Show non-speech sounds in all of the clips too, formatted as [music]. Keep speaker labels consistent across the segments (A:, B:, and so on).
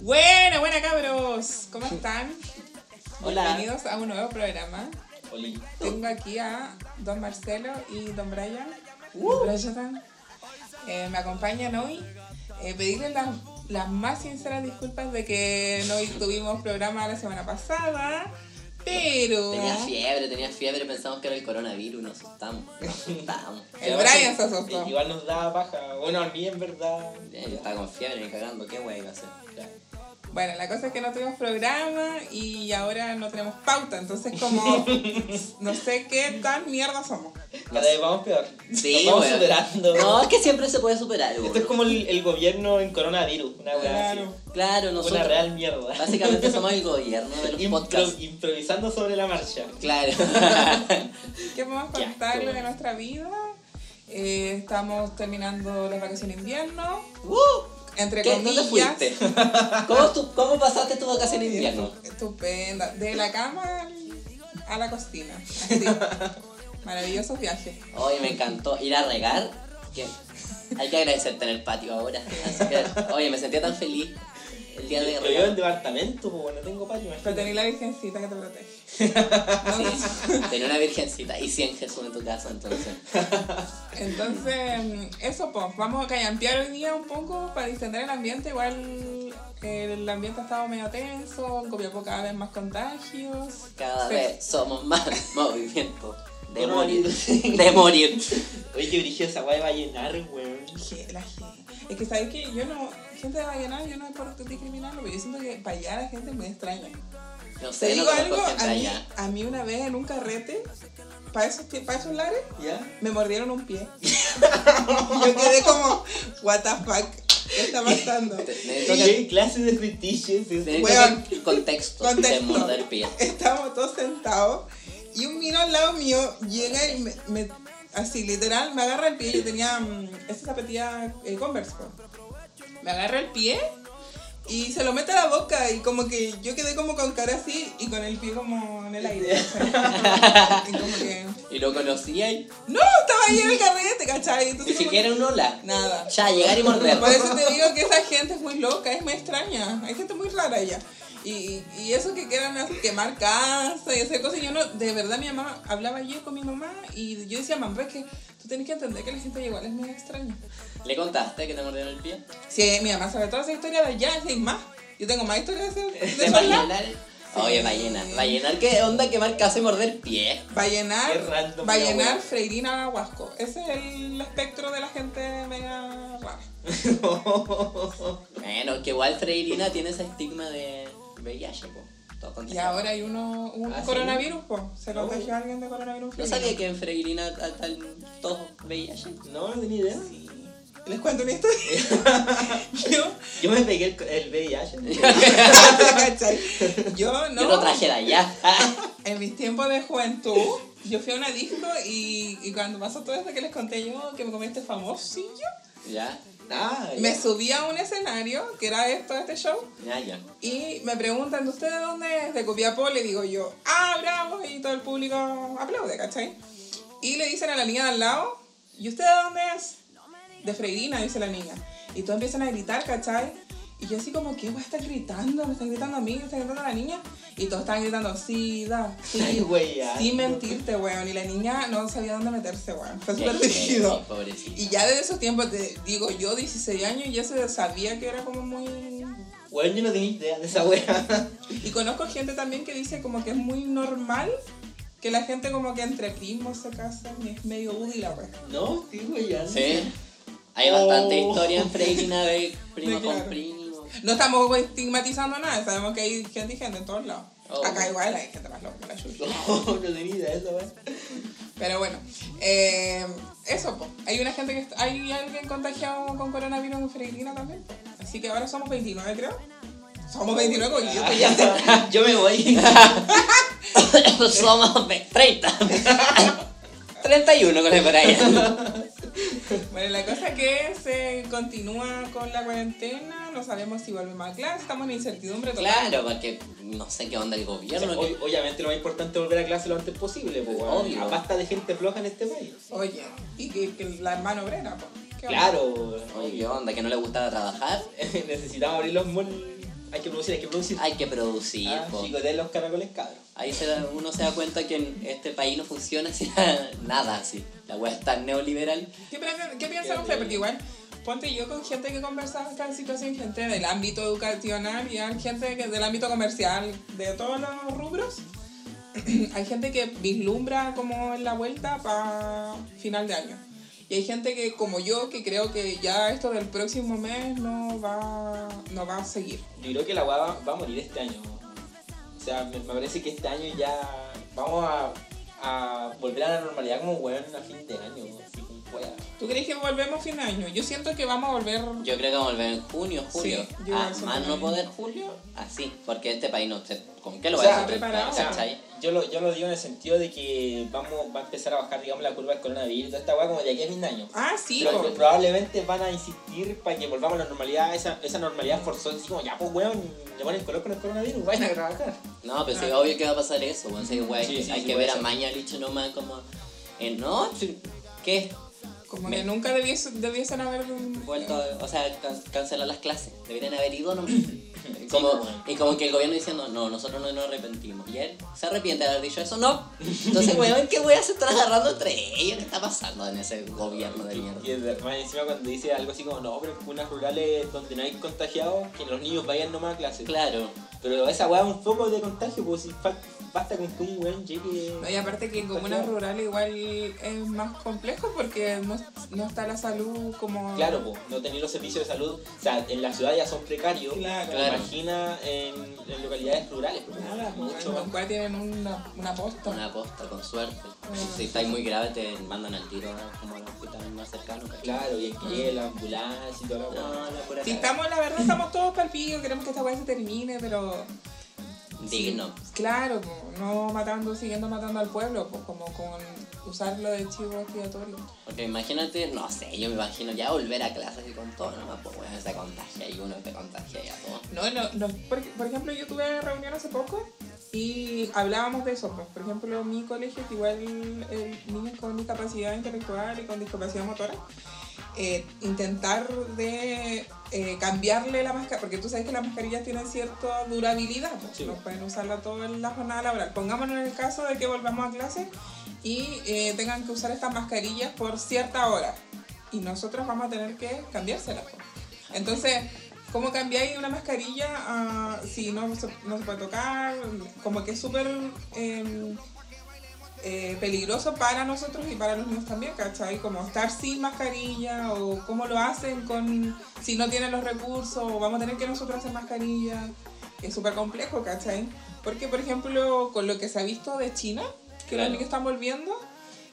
A: Buena, buena cabros. ¿Cómo están?
B: Hola.
A: Bienvenidos a un nuevo programa.
B: Oli.
A: Tengo aquí a Don Marcelo y Don Brian.
B: Uh.
A: Don Brian. Eh, me acompañan hoy. Eh, pedirles las, las más sinceras disculpas de que no tuvimos programa la semana pasada, pero
B: Tenía fiebre, tenía fiebre, pensamos que era el coronavirus, nos asustamos, nos asustamos.
C: [laughs]
A: el Brian se asustó.
C: Igual nos da baja. Bueno, a mí en verdad.
B: Ya, Eh, Yo estaba con fiebre ni cagando, qué wey iba a hacer. Ya.
A: Bueno, la cosa es que no tuvimos programa y ahora no tenemos pauta, entonces
B: [laughs]
A: como no sé qué tan mierda somos.
C: Cada vez vamos peor.
B: Sí,
C: Nos vamos
B: weón.
C: superando.
B: No, es que siempre se puede superar,
C: Esto es
B: weón.
C: como el, el gobierno en coronavirus. Una weá así.
A: Claro.
B: Claro,
C: Una
B: nosotros
C: real mierda. [laughs]
B: básicamente somos el gobierno de los
C: Impro-
B: podcasts.
C: improvisando sobre la marcha. [laughs]
B: Claro.
A: ¿Qué podemos
C: Qué
A: contarle
C: asco.
A: de nuestra vida? Eh, estamos terminando las vacaciones de invierno. Entre
B: ¡Uh! ¿Qué?
A: comillas.
B: ¿Dónde fuiste? ¿Cómo, tu- ¿Cómo pasaste tu vacación de invierno?
A: Estupenda. De la cama al- a la
B: [laughs]
A: cocina. Así. Maravillosos viajes.
B: Hoy me encantó ir a regar. que Hay que agradecerte en el patio ahora. Así que, oye, me sentía tan feliz el día de
C: Yo vivo en
B: regar.
C: departamento, pues bueno, tengo patio.
A: Pero
C: imagínate.
A: tenés la virgencita que te
B: [laughs]
A: protege.
B: Sí, tenía una virgencita y 100 Jesús en tu casa, entonces.
A: Entonces, mm, eso pues, vamos a callampear hoy día un poco para distender el ambiente. Igual el ambiente ha estado medio tenso, en Copiapó cada vez más contagios.
B: Cada
A: Se-
B: vez somos más [laughs] movimiento. De morir.
C: Coronavirus.
B: De morir.
C: Oye, qué brillo esa weá va a llenar, weón.
A: Je- la gente. Es que sabes que yo no, gente de Vallenar, yo no es por discriminarlo, pero yo siento que para allá la gente es muy extraña.
B: No
A: Te
B: sé, no
A: digo algo,
B: conozco gente
A: a mí,
B: allá.
A: a mí una vez en un carrete, para esos, tie- pa' esos lares,
C: ¿Ya?
A: me mordieron un pie. yo quedé como, what the fuck, ¿qué está pasando?
B: Necesito que-
C: Sí, clases de fetiches. es-
B: necesito que- contexto, de
A: Contexto.
B: morder pie.
A: Estábamos todos sentados y un vino al lado mío llega y me, me- así literal, me agarra el pie. Yo tenía mm, esa zapatilla eh, Converse. po. Me agarra el pie y se lo mete a la boca y como que yo quedé como con cara así y con el pie como en el aire. o sea, [laughs] y como que...
B: Y lo conocía y
A: No, estaba ahí en el carrete, ¿cachai?
B: ni
A: Entonces, como que-
B: siquiera un hola.
A: Nada.
B: Ya, llegar y morder.
A: Por eso te digo que esa gente es muy loca, es muy extraña. Hay gente muy rara allá. Y, y eso que quieran hacer- quemar casa y hacer cosas. Yo no, de verdad, mi mamá hablaba ayer con mi mamá y yo decía, mamá, es que tú tienes que entender que la gente igual es muy extraña.
B: ¿Le contaste que te mordieron el pie?
A: Sí, mi mamá sabe toda esa historia de allá, sí, más. Yo tengo más historias de, ese- de
B: ¿De
A: esos lados.
B: ballenar? Oye, ballena. Ballenar, ¿qué onda quemar casa y morder pie?
C: Qué
A: Vallenar,
C: random, la
A: Vallenar,
C: wea.
A: Freirina, Huasco. Ese es el espectro de la gente mega rara.
B: Bueno, que igual Freirina tiene ese estigma de VIH, po. Todo
A: Y
B: contagiado.
A: ahora hay uno, un
C: Ah, ¿sí?
A: coronavirus, po. Se lo
C: Oh.
A: dejó a alguien de coronavirus.
B: No sabía que en Freirina están todos VIH.
C: No, no tenía idea.
A: Les cuento una historia.
B: [laughs]
A: yo,
C: Yo me pegué el, el VIH.
A: ¿cachai? yo no.
B: Yo lo traje de allá.
A: En mis tiempos de juventud, yo fui a una disco y, y cuando pasó todo esto que les conté yo, que me comí este famosillo,
B: [laughs] ya,
C: Ah, ya.
A: me subí a un escenario, que era esto, este show,
B: ya, Ah, ya.
A: y me preguntan, ¿de usted de dónde es? De Copiapó, le digo yo, ah, bravo, y todo el público aplaude, ¿cachai? Y le dicen a la niña de al lado, ¿y usted de dónde es? De Freirina, dice la niña. Y todos empiezan a gritar, ¿cachai? Y yo así como, ¿qué voy a estar gritando? Me están gritando a mí, me están gritando a la niña. Y todos estaban gritando, sí, da,
C: Ay,
A: sí,
C: güey, ya.
A: sin mentirte, weón. Y la niña no sabía dónde meterse, weón. Fue
B: Sí,
A: súper
B: sí,
A: dirigido.
B: pobrecito.
A: Y ya desde esos tiempos, te digo yo, 16 años, ya se sabía que era como muy
C: Weón, yo no tenía idea de esa wea.
A: y conozco gente también que dice como que es muy normal que la gente como que entre primos se casan y es medio útil pues. la wea.
C: [laughs] No, estoy weyando.
B: Sí. Hay bastante
C: Oh.
B: historia en Freirina de primo
A: Sí, claro.
B: con primo. [laughs]
A: No estamos estigmatizando nada, sabemos que hay gente y gente en todos lados.
B: Oh.
A: Acá igual hay gente más loca que la
C: No,
A: Yuya.
C: no tenía idea de esa wea.
A: Pero bueno, eh, eso pues. Hay una gente que est- hay alguien contagiado con coronavirus en Freirina también. po. Así que ahora somos 29 creo. Somos 29 con yo, que ya
C: [laughs]
A: sé.
C: Ah, Yo me voy.
B: Somos ve- 30. [laughs] 31 con el Brian.
A: Bueno, la cosa que se continúa con la cuarentena, no sabemos si volvemos a clase, estamos en incertidumbre total.
B: Claro, porque no sé qué onda el gobierno.
C: O-
B: que-
C: obviamente lo más importante es volver a clase lo antes posible, pues weón.
B: Obvio.
C: A pasta de gente floja en este país.
A: Oye, y que, que la mano obrera, po, que ¿Qué onda?
C: Claro, weón. [laughs]
B: Oye, ¿qué onda? ¿Que no le gustaba trabajar?
C: Necesitamos abrir los mol. Hay que producir, hay que producir.
B: Hay que producir,
C: Ah,
B: po.
C: chicotear los caracoles, cabros.
B: Ahí se da- uno se da cuenta que en este país no funciona [laughs] así, nada así. La wea es tan neoliberal.
A: ¿Qué, piensa- qué piensan ustedes? Porque igual, ponte yo con gente que conversaba acá en situación, gente del ámbito educacional y hay gente que del ámbito comercial, de todos los rubros. [clears throat] hay gente que vislumbra como en la vuelta para final de año. Y hay gente que, como yo, que creo que ya esto del próximo mes no va, no va a seguir.
C: Yo creo que la weá va, va a morir este año. O sea, me, me parece que este año ya vamos a, a volver a la normalidad como weón a fin de año. Así como weá.
A: ¿Tú crees que volvemos fin de año? Yo siento que vamos a volver...
B: Yo creo que vamos a volver en junio, julio.
A: Sí, yo
B: Ah,
A: eso
B: más no
A: también.
B: poder julio, así. Porque este país no sé con qué lo
C: O
B: va
C: sea,
B: a enfrentar,
A: preparado.
C: O sea,
B: ¿cachai?
C: yo lo, yo lo digo en el sentido de que vamos, va a empezar a bajar, digamos, la curva del coronavirus y toda esta weá como de aquí a fin de año.
A: Ah, sí,
C: Pero
A: po.
C: probablemente van a insistir para que volvamos a la normalidad, esa, esa normalidad forzosa, así como ya pues weón, le ponen color con el coronavirus, vayan a trabajar.
B: No, pero sí,
A: Ah.
B: obvio que va a pasar eso, weón. Sí, weón,
C: Sí,
B: que-
C: sí,
B: hay
C: sí,
B: que
C: puede
B: ver a
C: ser.
B: Maña Licho nomás como. eh, no, sí, ¿qué?
A: como
B: me-
A: que nunca debies- debiesen haber...
B: Vuelto, a- o sea, can- cancelar las clases. Deberían haber ido nomás. Como,
C: weón.
B: y como que el gobierno diciendo, no, nosotros no nos arrepentimos. Y él se arrepiente de haber dicho eso, no. Entonces, [laughs] weón, ¿qué weón se están agarrando entre ellos? ¿Qué está pasando en ese gobierno de mierda?
C: Y el- más encima cuando dice algo así como, no, pero en cunas rurales donde no hay contagiados, que los niños vayan nomás a clases.
B: Claro.
C: Pero esa weá es un foco de contagio, pues si fa- basta con que un weón llegue...
A: No, y aparte que en comunas rurales igual es más complejo porque no, no está la salud como...
C: Claro, pues, no tener los servicios de salud, o sea, en la ciudad ya son precarios,
A: Claro.
B: Claro.
C: imagina en, en localidades rurales, pues,
A: Nada,
C: es
A: mucho.
C: mucho
A: Los
C: más.
A: cuales tienen una, una posta.
B: Una aposta, con suerte. Si estáis muy grave, te mandan al tiro ¿no? como al hospital más cercano. ¿cachai?
C: Claro, y en que la ambulancia y toda la weá.
B: No, no, por acá.
A: Si estamos, la verdad, estamos todos palpillos, queremos que esta weá se termine, pero...
B: Digno.
A: Claro, po, no matando, siguiendo matando al pueblo, pues como con usarlo de chivo expiatorio.
B: Porque imagínate, no sé, yo me imagino ya volver a clases y con todo, nomás, pues bueno, se contagia y uno te contagia y a todo.
A: No, no, no. Por, por ejemplo, yo tuve reunión hace poco y hablábamos de eso. pues. Por ejemplo, mi colegio, que igual eh, niños con discapacidad intelectual y con discapacidad motora, eh, intentar de eh, cambiarle la mascarilla, porque tú sabes que las mascarillas tienen cierta durabilidad, pues,
C: Sí.
A: no pueden usarla toda la jornada laboral. Pongámonos en el caso de que volvamos a clase y eh, tengan que usar estas mascarillas por cierta hora y nosotros vamos a tener que cambiárselas. pues. Entonces, ¿cómo cambiáis una mascarilla a- si no se, no se puede tocar? Como que es súper eh, eh, peligroso para nosotros y para los niños también, ¿cachai? Como estar sin mascarilla o cómo lo hacen con si no tienen los recursos o vamos a tener que nosotros hacer mascarilla. Es súper complejo, ¿cachai? Porque, por ejemplo, con lo que se ha visto de China, que los
B: Claro.
A: niños están volviendo,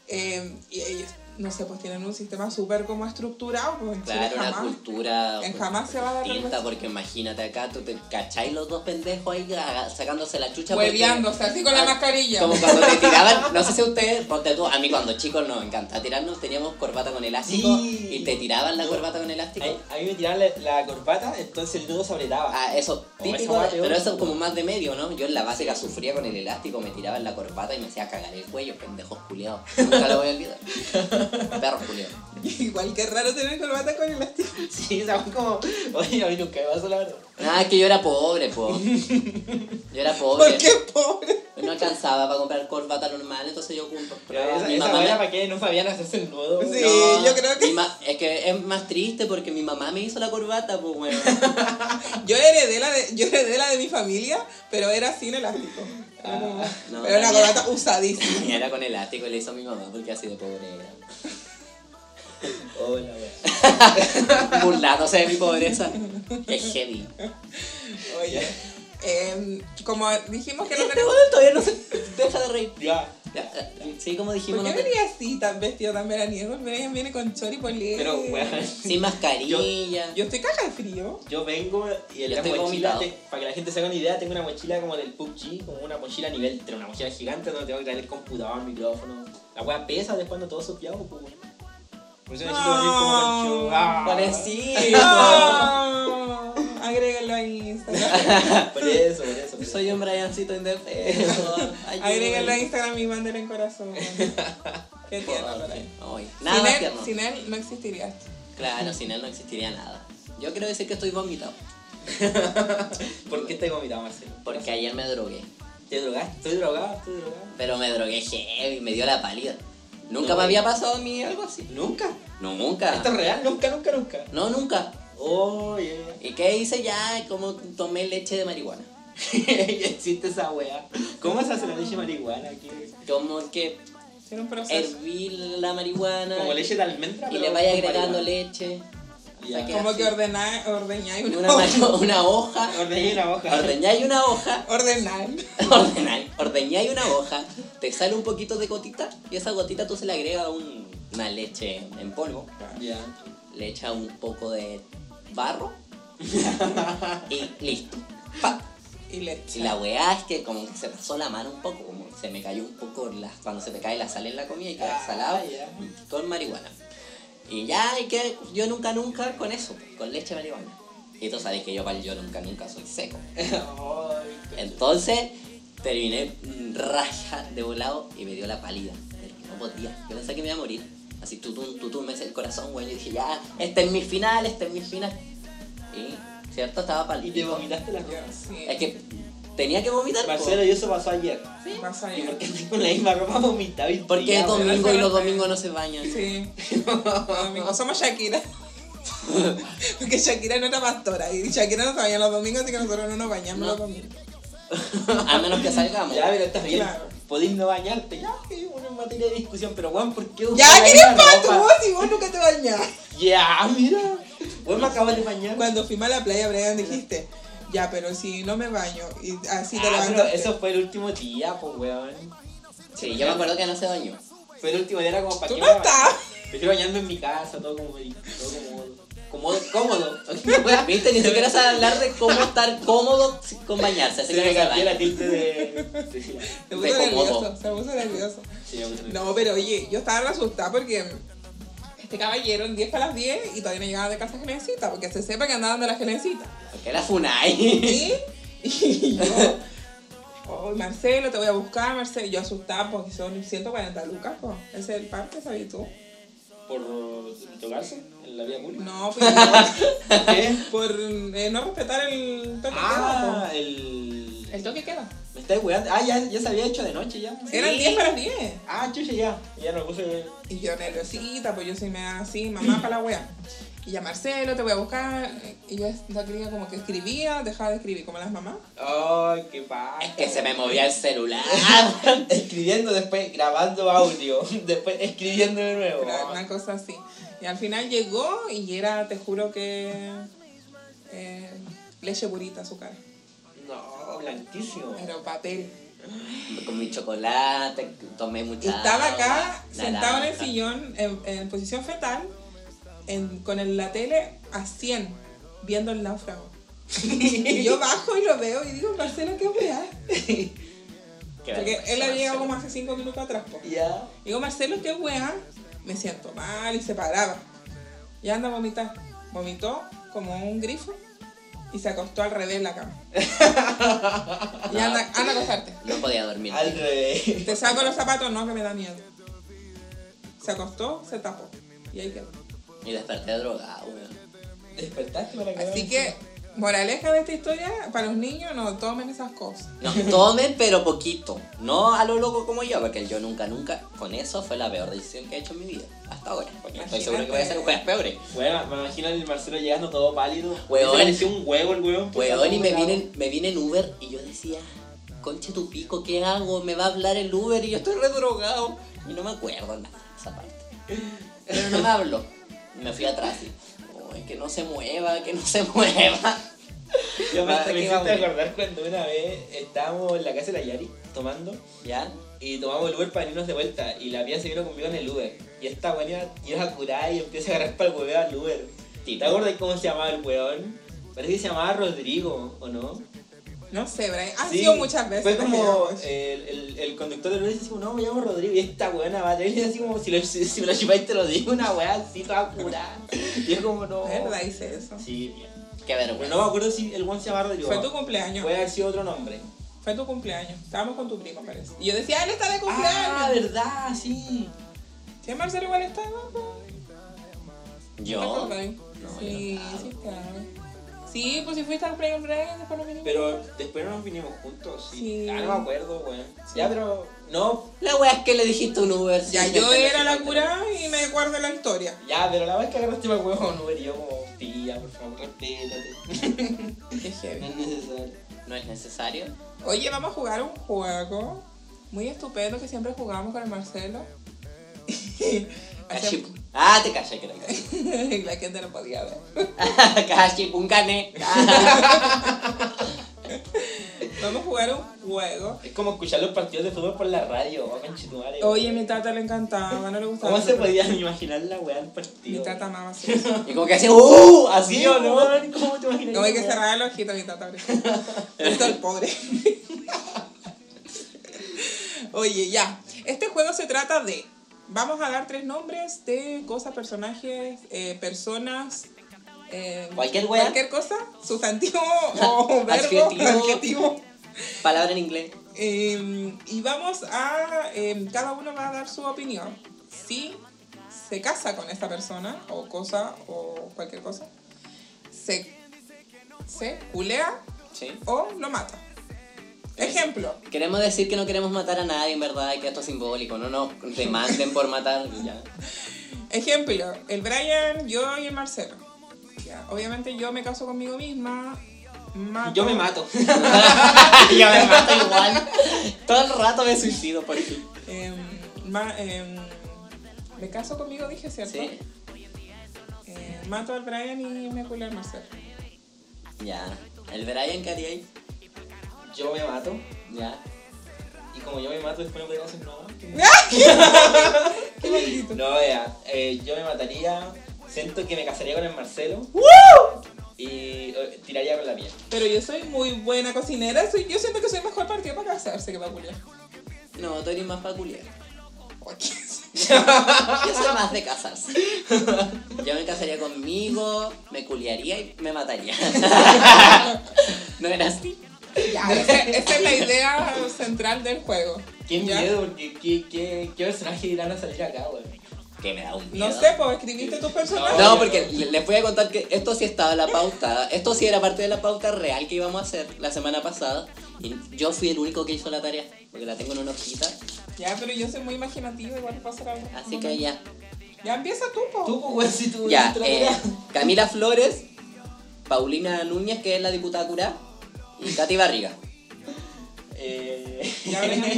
A: eh, y ellos, no sé, pues tienen un sistema súper como estructurado, pues en Chile
B: Claro, una
A: jamás.
B: cultura
A: En
B: pues,
A: jamás se va a dar algo
B: distinta,
A: así.
B: porque imagínate acá, tú te cacháis los dos pendejos ahí aga- sacándose la chucha. porque-
A: Hueveándose, así con la
B: Ah,
A: mascarilla.
B: Como cuando te tiraban, no sé si ustedes, ponte tú, a mí cuando chicos nos encantaba tirarnos, teníamos corbata con elástico
C: Sí.
B: y te tiraban la
C: Yo-
B: corbata con elástico.
C: A, a mí me tiraban la, la corbata, entonces el nudo se apretaba.
B: Ah, eso,
C: Oh,
B: típico,
C: esa
B: de-
C: hueá peor.
B: pero eso como más de medio, ¿no? Yo en la básica sufría con el elástico, me tiraba en la corbata y me hacía cagar el cuello, pendejos culiados. Nunca lo voy a olvidar. Perros culiados.
A: [laughs] Igual que raro tener corbata con elástico.
C: [laughs] Sí, o sea, fue como, oye, a mí nunca me pasó la verdad.
B: Nada, es que yo era pobre, po. Yo era pobre.
A: ¿Por qué pobre?
B: No alcanzaba para comprar corbata normal, entonces yo compro.
C: Pero
B: Pero
C: esa,
B: mi
C: esa
B: mamá
C: weá
B: me-
C: era para que no sabían hacerse el nudo.
A: Sí.
C: No.
A: yo creo que-
B: mi ma- Es que es más triste porque mi mamá me hizo la corbata, pues bueno.
A: Yo heredé la de, yo heredé la de mi familia, pero era sin elástico. Era como-
B: Ah, no,
A: pero una
B: también.
A: corbata usadísima.
B: Y era con elástico y le hizo a mi mamá porque así de pobre
C: Oh, la weá.
B: era. Burlándose de mi pobreza. Es heavy.
A: Oye. em, como dijimos que no
B: Este
A: tenemos.
B: weón todavía no se deja de reír.
C: [laughs] Ya,
B: Ya, ya, [laughs] Sí, como dijimos,
A: ¿Por qué
B: no te-
A: venía así tan vestido tan veraniego? Venía- viene con chori polé.
C: pero weón,
B: [laughs] sin mascarilla.
A: Yo estoy caja de frío.
C: yo vengo y en
B: Yo
C: la
B: estoy
C: mochila,
B: vomitado.
C: te- para que la gente se haga una idea, tengo una mochila como del PUBG, como una mochila nivel 3, una mochila gigante donde tengo que traer el computador, micrófono. La weá pesa después cuando todo sopeado, pues weón. Por eso necesito dormir como
A: No.
C: con Ah.
B: Parecido. [laughs]
A: No. Ah. Agréguenlo a
B: [laughs]
A: Instagram.
C: Por eso, por eso. por eso.
B: Soy un Briancito [laughs] indefenso.
A: Agréguenlo a Instagram y mándenlo en corazón. Qué tierno, por ahí.
B: Ay,
A: sin,
B: Nada
A: él,
B: tierno.
A: sin él no existiría esto.
B: Claro, sin él no existiría nada. Yo quiero decir que estoy vomitado.
C: ¿Por qué estás vomitado, Marcelo?
B: Porque ayer me drogué.
C: ¿Te drogaste? ¿Estoy drogado? ¿Estoy drogado?
B: Pero me drogué heavy, me dio la pálida. Nunca
C: No,
B: me
C: eh.
B: había pasado a mí algo así.
C: ¿Nunca?
B: No, nunca.
C: ¿Esto es real? Nunca, nunca, nunca.
B: No, nunca.
C: Oh, [laughs] yeah.
B: ¿Y qué hice ya? Como tomé leche de marihuana.
C: Existe esa weá. ¿Cómo se hace la leche de marihuana aquí?
B: Como que
A: Tiene un proceso.
B: herví la marihuana
C: Como leche de almendra,
B: y
C: pero
B: le vaya
C: con
B: agregando
C: marihuana.
B: leche.
C: Ya.
B: Hasta que
A: Como
B: así.
A: que ordenar, ordeñáis una,
B: una, mari- una hoja.
C: Ordeñé una hoja.
B: Ordeñáis una hoja.
A: [laughs]
B: [laughs]
A: Ordenar.
B: ordenar- Ordeñáis una hoja. Te sale un poquito de gotita y esa gotita tú se le agregas un- una leche en polvo.
C: Ya.
B: le echa un poco de
A: [laughs]
B: barro y listo. Pa.
A: Y
B: Y
A: leche.
B: la weá es que como que se pasó la mano un poco, como se me cayó un poco la, cuando se te cae la sal en la comida y queda
C: Ah,
B: salado,
C: ya.
B: y todo en marihuana. Y ya, y que yo nunca nunca con eso, pues, con leche marihuana. Y tú sabes que yo para el yo nunca nunca soy seco.
C: Ay,
B: Entonces terminé raja de volado y me dio la pálida. Pero no podía. Yo pensé que me iba a morir. Así tutum, tutum, me hice el corazón, güey. Yo dije, ya, este es mi final, este es mi final. Y, ¿cierto? Estaba
C: y te
B: pálido.
C: vomitaste la mierda.
A: Sí.
B: Es que tenía que vomitar. po.
C: Marcelo, y eso pasó ayer.
A: Más allá.
C: ¿Y por qué estoy con la misma ropa vomitada y
B: Porque es
C: pillado?
B: domingo y los
A: Marcelo,
B: domingos no se
C: [laughs]
B: bañan.
A: Sí. Domingo. Somos Shakira. [laughs] Porque Shakira no era pastora. Y Shakira no se baña los domingos, así que nosotros no nos bañamos
B: No.
A: los domingos.
B: A menos que salgamos.
C: Ya, pero estás bien.
A: Claro.
C: Podéis no bañarte. Ya, que es una materia de discusión. Pero, weón, ¿por qué
A: Ya,
C: usar la
A: ¿quién
C: misma
A: es para tú?
C: ropa?
A: Vos y vos nunca te bañás.
C: Ya, mira. Weón, me acabas de bañar.
A: Cuando fuimos a la playa, Brian, dijiste, ya, pero si no me baño. Y así te
C: Ah, pero
A: levantaste.
C: eso fue el último día, pues, weón.
B: Sí, yo me acuerdo que no se bañó.
C: Fue el último día, era como para
A: Tú
C: qué
A: no
C: me baño?
A: estás.
C: Prefiero bañarme en mi casa, todo como todo como cómodo. Cómodo, cómodo.
B: Viste, ni siquiera sabes hablar de cómo estar cómodo con bañarse. Así
C: Se
B: que no
C: me
B: se
C: cambió la
B: baña.
C: tilde de. Sí,
A: Se
B: Te
A: puso
B: acomodo.
A: nervioso. Se puso nervioso.
C: sí, me gusta.
A: No, pero oye, yo estaba asustada porque este caballero en 10 para las 10 y todavía no llegaba de casa Genesita, porque se sepa que andaban de la Genesita.
B: [laughs] Porque era Funai.
A: Y, y yo, oh, Marcelo, te voy a buscar, Marcelo. Yo asustada porque son 140 lucas, pues. Ese es el parte, ¿sabes tú?
C: ¿Por tocarse en la vía
A: [laughs]
C: pública?
A: No, pues,
C: ¿Qué?
A: por eh, no respetar el toque
C: Ah,
A: queda.
C: el.
A: po. El toque queda.
C: Me estáis weando. Ah, ya, ya se había hecho de noche ya.
A: Eran 10 para las 10.
C: Ah, chucha, ya. Ya no puse.
A: Y yo nerviosita, pues yo soy me así, mamá para la wea. Y ya Marcelo, te voy a buscar. Y yo la cría como que escribía, dejaba de escribir, como las mamás.
C: Ay, qué paja.
B: Es que se me movía el celular.
C: [laughs]
B: [laughs]
C: Escribiendo después, grabando audio. [laughs] después escribiendo de nuevo.
A: Era una cosa así. Y al final llegó y era, te juro que. eh, leche purita su cara.
C: No, blanquísimo.
A: Pero papel.
B: Con mi chocolate, tomé mucha
A: Y estaba acá,
B: agua,
A: sentado en el
B: naranja.
A: sillón, en, en posición fetal, en- con el- la tele a 100, viendo el náufrago. y yo bajo y lo veo y digo, Marcelo, qué wea.
B: Qué
A: Porque
B: vergüenza,
A: él había llegado como
B: Marcelo.
A: hace cinco minutos atrás. po.
C: Ya.
A: Digo, Marcelo, qué weá. Me siento mal y se paraba. Y anda a vomitar. Vomitó como un grifo y se acostó al revés en la cama. y
B: No.
A: anda, anda a acostarte.
B: No podía dormir.
C: Al revés. [laughs]
A: Te saco los zapatos, no, que me da miedo. Se acostó, se tapó. Y ahí quedó.
B: Y desperté drogado, weón.
C: Despertaste para cagar.
A: Así que, moraleja de esta historia, para los niños no tomen esas cosas.
B: No, tomen, pero poquito. No a lo loco como yo, porque yo nunca, nunca. Con eso fue la peor decisión que he hecho en mi vida. Hasta ahora. Porque estoy seguro que voy a hacer cosas peores.
C: Weón, me imagino al Marcelo llegando todo pálido.
B: Weón.
C: Se pareció un huevo el weón.
B: Weón, y Pues, me
C: Todo
B: vine, en- me vine en Uber y yo decía, conche tu pico, ¿qué hago? Me va a hablar el Uber y yo estoy redrogado. Y no me acuerdo nada de esa parte. Pero no me habló. Y Me fui atrás y, "Ay, que no se mueva, que no se [laughs] mueva.
C: Yo me,
B: Basta
C: Ah, me
B: que
C: hiciste
B: vamos.
C: acordar cuando una vez estábamos en la casa de la Yari tomando
B: ¿Ya?
C: y tomamos el Uber para irnos de vuelta y la pía se vino conmigo en el Uber y esta buena llega a curar y empieza a agarrar para el hueveo al Uber. ¿Te
B: Tipo,
C: acuerdas cómo se llamaba el weón? Parece que se llamaba Rodrigo, ¿o no?
A: No sé, Brian. Ha
C: Sí,
A: sido muchas veces.
C: Fue como eh,
A: digamos.
C: el, el, el conductor del Uber dice, no, me llamo Rodrigo y esta weona va a tener así como, si, lo, si, si me lo chupáis te lo digo, una weá así toda curada. Y es como, no.
A: ¿Verdad? Hice eso.
C: Sí, bien.
B: qué
C: Pero
B: vergüenza.
C: no me acuerdo si el weón se llamaba Rodrigo.
A: Fue tu cumpleaños.
C: Puede haber sido otro nombre.
A: Fue tu cumpleaños. Estábamos con tu prima, parece. Y yo decía, él está
C: Ah,
A: de Ah, cumpleaños.
C: verdad, sí.
A: ¿Sí, Marcelo igual está? ¿no?
B: ¿Yo?
A: ¿Te acordás?
B: No,
A: sí,
B: yo no
A: sí está. Sí, pues si fuiste al Play and Break, después lo vinimos.
C: Pero después nos vinimos juntos, sí.
A: Sí.
C: Ah, no me acuerdo, weón. Ya, pero. No,
B: La wea es que le dijiste a un Uber.
A: ya
B: sí,
A: yo
B: me
A: era la
B: parece.
A: cura y me acuerdo la historia.
C: ya, pero la vez que agarraste más huevón, Uber, y yo como, tía, por favor, respétate.
A: Qué
C: No
A: heavy.
C: es necesario.
B: No es necesario.
A: Oye, vamos a jugar un juego muy estupendo que siempre jugamos con el Marcelo. Hacemos-
B: Cachip. Ah, te callé que era
A: [laughs]
B: cachip.
A: la gente no podía ver.
B: Cachip, un cane.
A: Vamos a jugar un juego.
C: Es como escuchar los partidos de fútbol por la radio, oh, conchetumare.
A: Oye, a mi tata le encantaba, no le gustaba.
C: ¿Cómo se podían imaginar la weá del
A: Mi
C: partido? ¡Oh!
A: tata amaba así. No
B: Y como que hacía, ¡uh!
C: ¿Así o no? ¿Cómo te imaginas?
A: hay que
C: esa weá?
A: cerrar el ojito, mi tata.
B: [laughs]
A: Esto el pobre. [laughs] Oye, ya. Este juego se trata de. Vamos a dar tres nombres de cosas, personajes, eh, personas. eh,
B: Cualquier wea.
A: Cualquier cosa, sustantivo o verbo,
B: [laughs] Adjetivo.
A: adjetivo.
B: Palabra en inglés.
A: Eh, y vamos a. eh, cada uno va a dar su opinión. Si se casa con esta persona, o cosa, o cualquier cosa, se, se culea
B: Sí.
A: o lo mata. Ejemplo.
B: Queremos decir que no queremos matar a nadie, en verdad, que esto es simbólico. No nos demanden por matar.
A: [laughs]
B: y Ya.
A: Ejemplo, el Brian, yo y el Marcelo. Ya, obviamente yo me caso conmigo misma. mato-
C: Yo me mato. [laughs]
B: Yo me mato igual. Todo el rato me suicido por ti.
A: em, ma- em, me caso conmigo, dije, ¿cierto?
B: Sí.
A: Eh, mato al Brian y me culeo al Marcelo.
B: Ya. El Brian que haría ahí.
C: Yo me mato.
B: Ya.
C: Y como yo me mato, después no podemos hacer nada. [laughs]
A: Qué maldito.
C: No, vea, eh, yo me mataría. Siento que me casaría con el Marcelo. Y eh, tiraría con la mía.
A: Pero yo soy muy buena cocinera, soy, yo siento que soy mejor partido para casarse que para culiar.
B: No, tú eres más peculiar.
A: Oye,
B: Yo soy más de casarse. Yo me casaría conmigo, me culiaría y me mataría. [laughs] No era así.
A: ya, esa, esa es la idea central del juego.
C: Qué
A: ¿Ya?
C: miedo, porque qué, qué, qué personaje irán a salir acá, weón.
B: Que me da un miedo.
A: No sé, pues escribiste tus personajes.
B: No, porque le- les voy a contar que esto sí estaba en la pauta. Esto sí era parte de la pauta real que íbamos a hacer la semana pasada. Y yo fui el único que hizo la tarea, porque la tengo en una hojita.
C: pues.
A: Ya, pero yo soy muy imaginativa, igual va a pasar algo.
B: Así que ya.
A: Ya empieza tú, po.
C: Tú, pues, weón, si tú
B: Ya,
C: hiciste la
B: eh,
C: tarea.
B: Camila Flores, Paulina Núñez, que es la diputada curá, y Katy Barriga.
C: Eh,
A: Ya, Alejandro.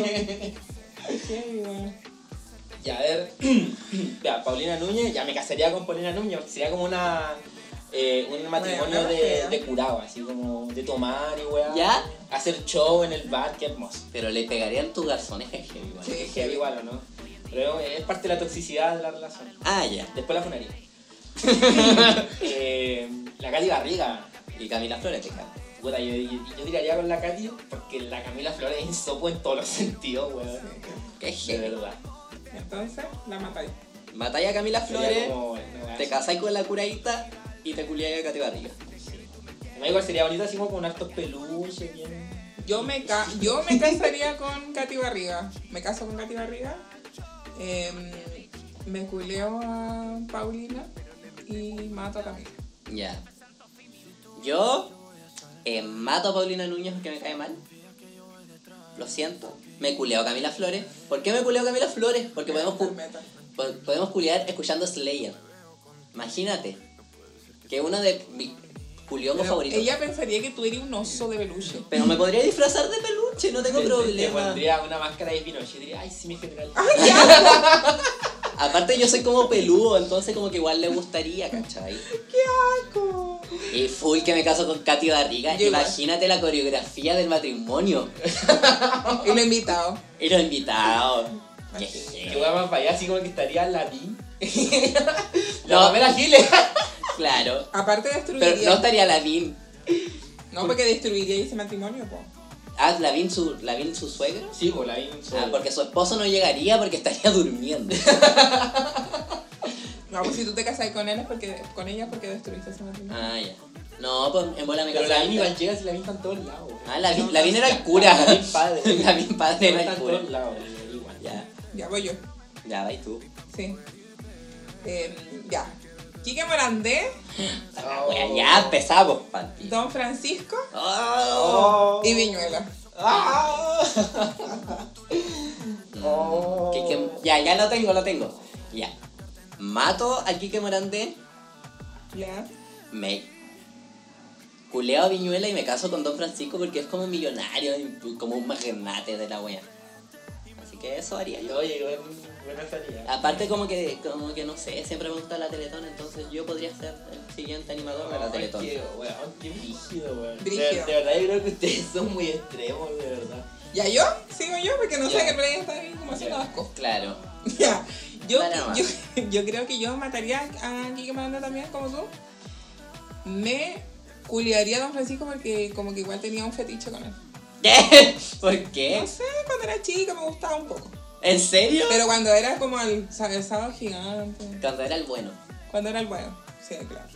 A: Sí, bueno.
C: [laughs] ya, a ver. [clears throat] Vea, Paulina Núñez, ya me casaría con Paulina Núñez, porque sería como una. eh, un matrimonio
A: no,
C: de,
A: fea.
C: de curado, así como de tomar y weá.
B: ¿Ya?
C: Hacer show en el bar, qué hermoso.
B: Pero le pegarían tus garzones, jeje, igual.
A: Sí.
C: Es heavy igual, ¿o no? Pero es parte de la toxicidad de la relación.
B: Ah, ya.
C: Después
B: [laughs]
C: la funaría. Eh, la Katy Barriga.
B: Y Camila Flores, te cago.
C: Puta, yo, yo, yo tiraría con la Katy porque la Camila Flores es insopo en todos los sentidos, weón.
B: Qué
C: De
B: jefe.
C: verdad.
A: Entonces, la matáis.
B: Matáis a Camila Flores,
C: Sería como, no, weón.
B: te casáis con la curadita y te culiáis a Katy Barriga.
C: No, igual sería bonito así como con hartos peluches, bien.
A: Yo me, ca- yo me casaría con Katy Barriga. Me caso con Katy Barriga. Em, me culeo a Paulina y mato a Camila.
B: Ya. Yo eh, mato a Paulina Núñez porque me cae mal. Lo siento. Me culeo a Camila Flores. ¿Por qué me culeo a Camila Flores? Porque podemos, cu-
A: Meta.
B: po- podemos culear escuchando Slayer. Imagínate. Que uno de mi culiones
A: Pero
B: favoritos.
A: Ella pensaría que tú eres un oso de peluche.
B: Pero me podría disfrazar de peluche, no tengo
C: Te- te- Te
B: problema.
C: pondría una máscara de Pinochet y diría, ay, sí, mi general.
B: Aparte yo soy como peludo, entonces como que igual le gustaría, ¿cachai?
A: Como-
B: Y full que me caso con Katy Barriga.
A: Yo igual.
B: Imagínate la coreografía del matrimonio.
A: Y lo he invitado.
B: Y los invitados.
A: Ay,
C: Que weón más para allá, así como que estaría
B: [laughs]
C: la vi.
B: No.
C: la Pamela Giles.
B: Claro.
A: Aparte
B: Pero no
A: destruiría.
B: estaría Lavín.
A: no, porque destruiría ese matrimonio, po.
B: Ah, Lavín su, Lavín su suegro.
C: Sí, pues la vi.
B: Ah, porque su esposo no llegaría porque estaría
C: [laughs]
B: durmiendo.
A: No, pues si tú te casas con él es porque con ella es porque destruiste ese matrimonio.
B: Ah, ya. No, pues en bola me
C: Pero la vi,
B: casaba.
C: Bancheras y la vi están en todos lados, weón.
B: Ah, Lavín, Lavín era el cura. [laughs]
C: Lavín padre.
B: Lavín padre
C: Están
B: era
C: en
B: el cura.
C: todos lados, weón,
B: Ah.
C: igual.
B: Ya,
A: Ya voy yo.
B: ya, va y tú.
A: Sí. Em, ya. Quique Morandé,
C: Oh.
B: La wea, ya empezamos, Panti.
A: Don Francisco
B: Oh.
C: Oh.
A: y [laughs] Viñuela.
C: Ah. Oh.
B: Que- que- ya, ya lo tengo, lo tengo. Ya. Mato a Quique Morandé,
A: Ya.
B: me culeo a Viñuela y me caso con Don Francisco porque es como millonario, y como un magnate de la wea. Así que eso haría yo.
C: Oye, buen- buena salida.
B: Aparte como que, como que no sé, siempre me gusta la Teletón, entonces yo podría ser el siguiente animador de la
C: Ay,
B: Teletón.
C: Qué, weón, qué brígido, weón. De,
A: Brígido.
C: de verdad, yo creo que ustedes son muy extremos, de verdad.
A: ¿Ya yo? Sigo yo porque no
B: Ya.
A: sé que Brian está ahí como haciendo
C: Ya.
A: las cosas.
B: Claro. [laughs]
A: [laughs] Ya. Yo,
B: Dale nomás.
A: yo, [laughs] yo creo que yo mataría a Quique Morandé también, como tú. Me culiaría a Don Francisco porque como que igual tenía un fetiche con él.
B: ¿Qué? ¿Por qué?
A: No sé, cuando era chica me gustaba un poco.
B: ¿En serio?
A: Pero cuando era como el, sa- el sábado gigante,
B: Cuando era el bueno.
A: cuando era el bueno, sí, claro.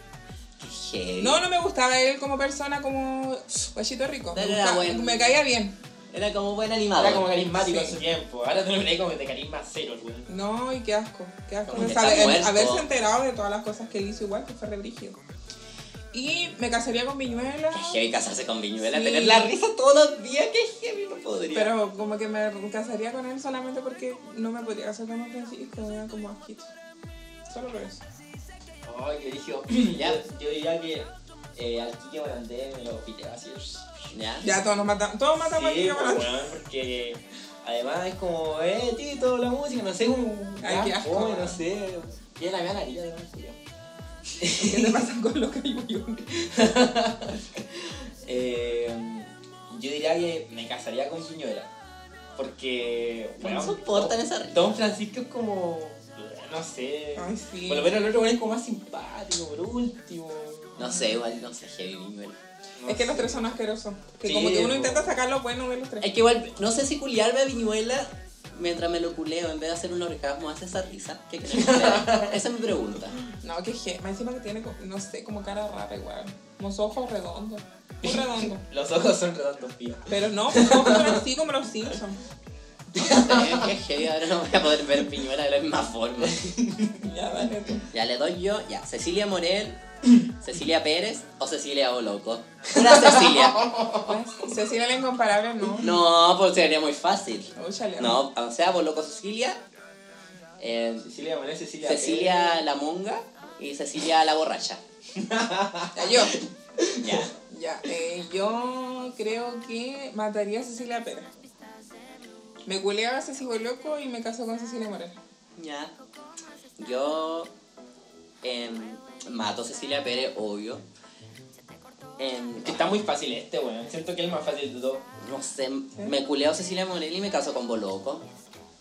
B: Qué heavy.
A: No, no me gustaba él como persona, como guachito rico. Me,
B: Pero era
A: gustaba-
B: bueno.
A: me caía bien.
B: Era como buen
C: Era
B: animador.
C: como carismático
A: Sí.
C: en su tiempo. Ahora te lo miré como de carisma cero, el weón.
A: No, y qué asco, qué asco.
B: Como
A: No
B: que
A: sabe,
B: está
A: el-
B: muerto.
A: haberse enterado de todas las cosas que él hizo igual, que fue religio. Y me casaría con Viñuela,
B: Qué heavy casarse con Viñuela,
A: Sí.
B: tener la risa todos los días, qué heavy, no podría.
A: pero como que me casaría con él solamente porque no me podría casar con un Francisco, era como asquito. Solo por eso.
C: Ay, que [clears throat] dijo.
B: Ya.
C: Yo, yo diría que eh, al Kike Morandé me lo piteo así.
B: ¿Ya?
A: Ya todos nos matamos, todos matamos
C: Sí,
A: a Quique
C: pues,
A: Morandé.
C: weón, porque además es como, eh, Tito, la música, no sé, un.
A: Ay, qué asco,
C: joven, no
A: weón.
C: sé. Tiene la mía nariz, además, culiao.
A: ¿Qué te pasa con los cayuyunes?
C: Eh, yo diría que me casaría con Piñuela. Porque.
B: [laughs] No soportan esa risa.
C: Don Francisco es como. No sé.
A: Ay, sí.
C: Por lo menos el otro weón es como más simpático, por último.
B: No sé, igual, no sé, heavy Viñuela.
C: No
A: Es que los
C: sé.
A: tres son asquerosos. Que
C: Sí, pues.
A: como que uno
C: po.
A: intenta sacar lo bueno de los tres.
B: Es que igual, no sé si culiarme a Viñuela mientras me lo culeo, en vez de hacer un orgasmo, hace esa risa. ¿Qué crees? que sea? Esa es mi pregunta.
A: No, que je- más encima que tiene, co- no sé, como cara rara igual. Los ojos redondos. Muy redondos.
C: Los ojos son redondos, tío.
A: Pero no, pues ojos son así como los Simpsons.
B: Eh, Qué heavy, ahora no voy a poder ver Viñuela de la misma forma.
A: Ya, dale
C: [laughs]
A: tú.
B: Ya le doy yo, ya, Cecilia Morel, Cecilia Pérez o Cecilia Boloco. Una Cecilia.
A: Pues, Cecilia la incomparable, no.
B: No, porque sería muy fácil.
A: Úchale.
B: No, o sea, Boloco Cecilia, eh,
C: Cecilia Morel, Cecilia.
B: Cecilia la monga y Cecilia la borracha.
A: Ya, yo.
B: Ya.
A: Ya, eh, yo creo que mataría a Cecilia Pérez. Me culeaba a Ceci Loco y me caso con Cecilia Morel.
B: Ya. Yo em, mato a Cecilia Pérez, obvio. Em,
C: Pérez. Que está muy fácil este, weón. Siento que es el más fácil de todos.
B: no sé, me culeo a Cecilia Morel y me caso con Boloco.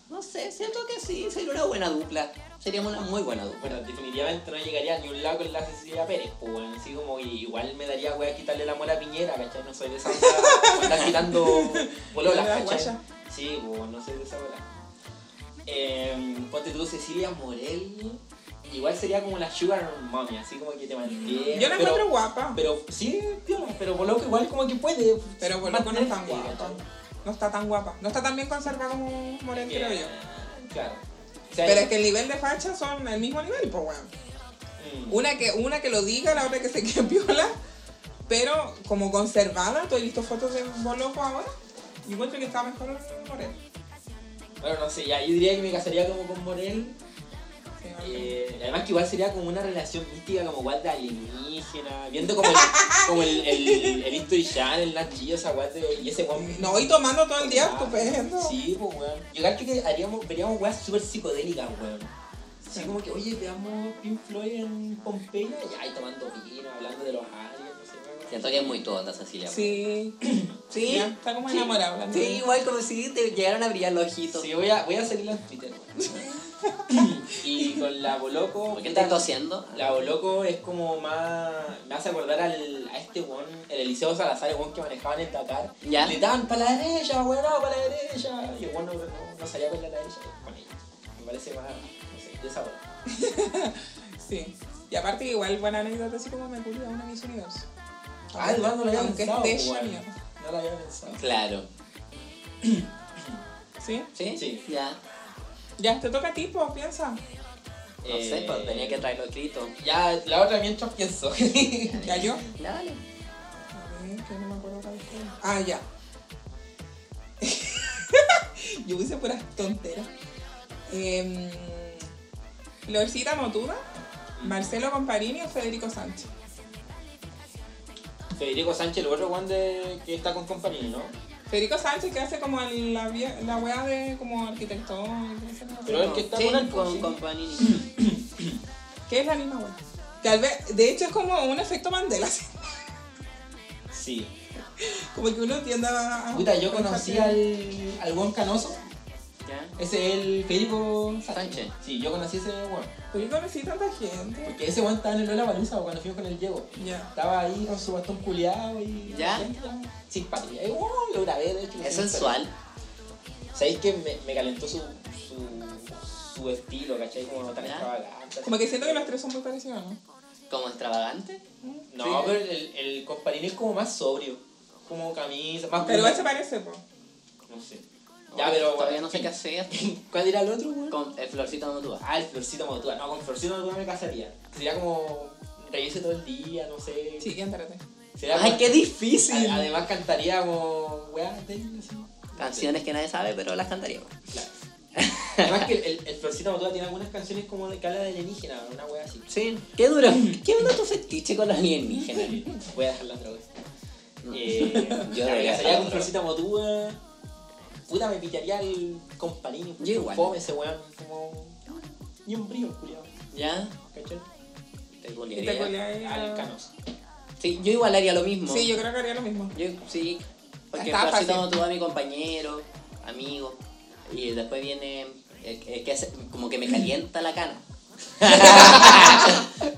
B: No sé, siento que sí, sería una buena dupla. Sería una muy buena dupla.
C: Bueno, definitivamente no llegaría a ni un lado con la Cecilia Pérez, pues weón. Así como que igual me daría weá quitarle el amor a Piñera, ¿cachai? No soy de esa [laughs] weá. Estás quitando bololas,
A: Bololas,
C: ¿cachai?
A: guaya.
C: Sí, pues no soy de esa weá. Eh, ponte tú Cecilia Morel. Igual sería como la Sugar Mommy, así como que te mantiene.
A: Yo la
C: pero-
A: encuentro guapa.
C: Pero sí, piola, pero Boloco igual como que puede.
A: Pero Boloco no es tan
C: mantenerte,
A: guapa.
C: ¿cachai?
A: No está tan guapa. No está tan bien conservada como Morel, creo yo.
C: Claro. O sea,
A: Pero es que el nivel de facha son el mismo nivel, pues weón.
C: mm.
A: Una que, una que lo diga, la otra que se [laughs] quede piola, pero como conservada, tú has visto fotos de Boloco ahora, y encuentro que está mejor Morel.
C: Bueno, no sé, ya, yo diría que me casaría como con Morel.
A: Sí,
C: Eh, además que igual sería como una relación mística, como igual de alienígena,
A: [laughs]
C: viendo como el, como el, el, el History Channel, el Nat Geo, esa weá de- y ese
A: Morel.
C: weón.
A: No, y tomando todo el día,
C: Ah,
A: estupendo.
C: Sí, pues weón. Yo creo que haríamos, veríamos weas súper psicodélicas, weón. Así como que, oye, veamos Pink Floyd en Pompeya, y ahí tomando vino, hablando de los aliens, no sé, weón.
B: Siento que es muy tu onda, Cecilia.
A: [clears throat] Sí.
B: Sí.
A: Ya, está como
B: Sí.
A: enamorada. la
B: Sí,
A: niña.
B: igual como si te llegaran a brillar los ojitos.
C: Sí, voy a, voy a salir en
A: [laughs]
C: Twitter, [laughs] weón. y con la Boloco...
B: ¿Por qué estás tosiendo?
C: La Boloco es como más. Me hace acordar al, a este weón, el Eliseo Salazar, el weón que manejaba en el Dakar.
B: Ya.
C: Le daban para la derecha, weón, para la derecha. Y el weón no, no, no salía con la derecha, con ella. Me parece más. No sé, de esa forma.
A: Sí. Y aparte, que igual, buena anécdota, así como me culió a una Miss Universo.
C: Ah, el weón no lo había
A: Aunque
C: pensado.
A: esté hecha
C: weón.
A: mierda.
C: No lo había pensado.
B: Claro.
A: Sí.
B: ¿Sí?
C: Sí.
B: Ya.
A: Ya, te toca a ti, pues, piensa.
B: No sé,
C: Eh,
B: pues tenía que traerlo escrito.
C: Ya, la otra mientras [laughs] pienso.
A: ¿Ya yo?
B: Dale.
A: A ver, que no me acuerdo cuál fue. Ah, ya. [laughs] Yo hice puras tonteras. Em, Lorcita Motuda, Marcelo Comparini o Federico Sánchez.
C: Federico Sánchez, el otro Juan de que está con compañía, ¿no?
A: Federico Sánchez que hace como el- la, vie- la wea de como arquitecto. ¿no?
C: Pero el que está
B: Sí,
C: con el
B: con,
C: sí.
B: con [clears throat] Panini.
A: Que es la misma wea. Que al ver- de hecho es como un efecto Mandela, [laughs] así,
C: Sí.
A: como que uno tiende a... a-
C: Puta, yo
A: a-
C: conocí al, al Juan Canoso.
B: ¿Ya?
C: Ese es el Federico Sánchez.
B: Sánchez.
C: Sí, yo conocí a ese Juan.
A: Pero yo conocí tanta gente.
C: Porque ese Juan estaba en el Lola Palusa cuando fuimos con el Diego.
A: Ya.
C: Estaba ahí con su bastón culiado y.
B: ¿Ya?
C: Simpático. Y, wow, lo grabé, de hecho.
B: Es sensual.
C: ¿Sabéis que me, me calentó su, su, su estilo, cachai? Como tan
B: ¿Ya?
C: extravagante.
A: Como que siento que los tres son muy parecidos, ¿no?
B: Como extravagante.
C: No,
B: Sí.
C: pero el, el comparini es como más sobrio. Como camisa,
A: Pero
C: más como-
A: igual se parece, pues.
C: No sé. Ya, pero.
B: Oh, Todavía no sé qué [laughs] hacer.
C: ¿Cuál era el otro, weón?
B: Con el florcito no tuvo.
C: Ah, el Florcito Motúa. No, con Florcito Motúa me casaría. Sería como. Reírse todo el día, no sé.
A: Sí, entérate.
C: Sería
B: Ay,
C: como-
B: qué difícil.
C: a- Además cantaría como. Weá, de- así.
B: Canciones que nadie sabe, pero las cantaría.
C: Claro. Además que el, el, el Florcito Motúa tiene algunas canciones como de que habla de alienígena, una weá así.
B: Sí. Qué duro. ¿Qué onda tu fetiche con los alienígenas?
C: Voy a dejar las drogas. Eh,
B: Yo
C: yo
B: debería dejar las
C: me casaría con
B: drogas.
C: Florcita Motúa. Puta, me pillaría el compañero.
B: Yo igual.
C: Fome ese weón. Como... Ni un brío, culiado.
B: ¿Ya?
C: ¿Cachai?
B: Te
A: Y te
B: golearía.
A: culiáis a-
C: Al canoso.
B: Sí, yo igual haría lo mismo.
A: Sí, yo creo que haría lo mismo.
B: Yo, sí, porque
A: Está
B: Florcito
A: fácil.
B: no tuvo a mi compañero, amigo, y después viene, eh, eh, que hace- como que me calienta la cana. [laughs]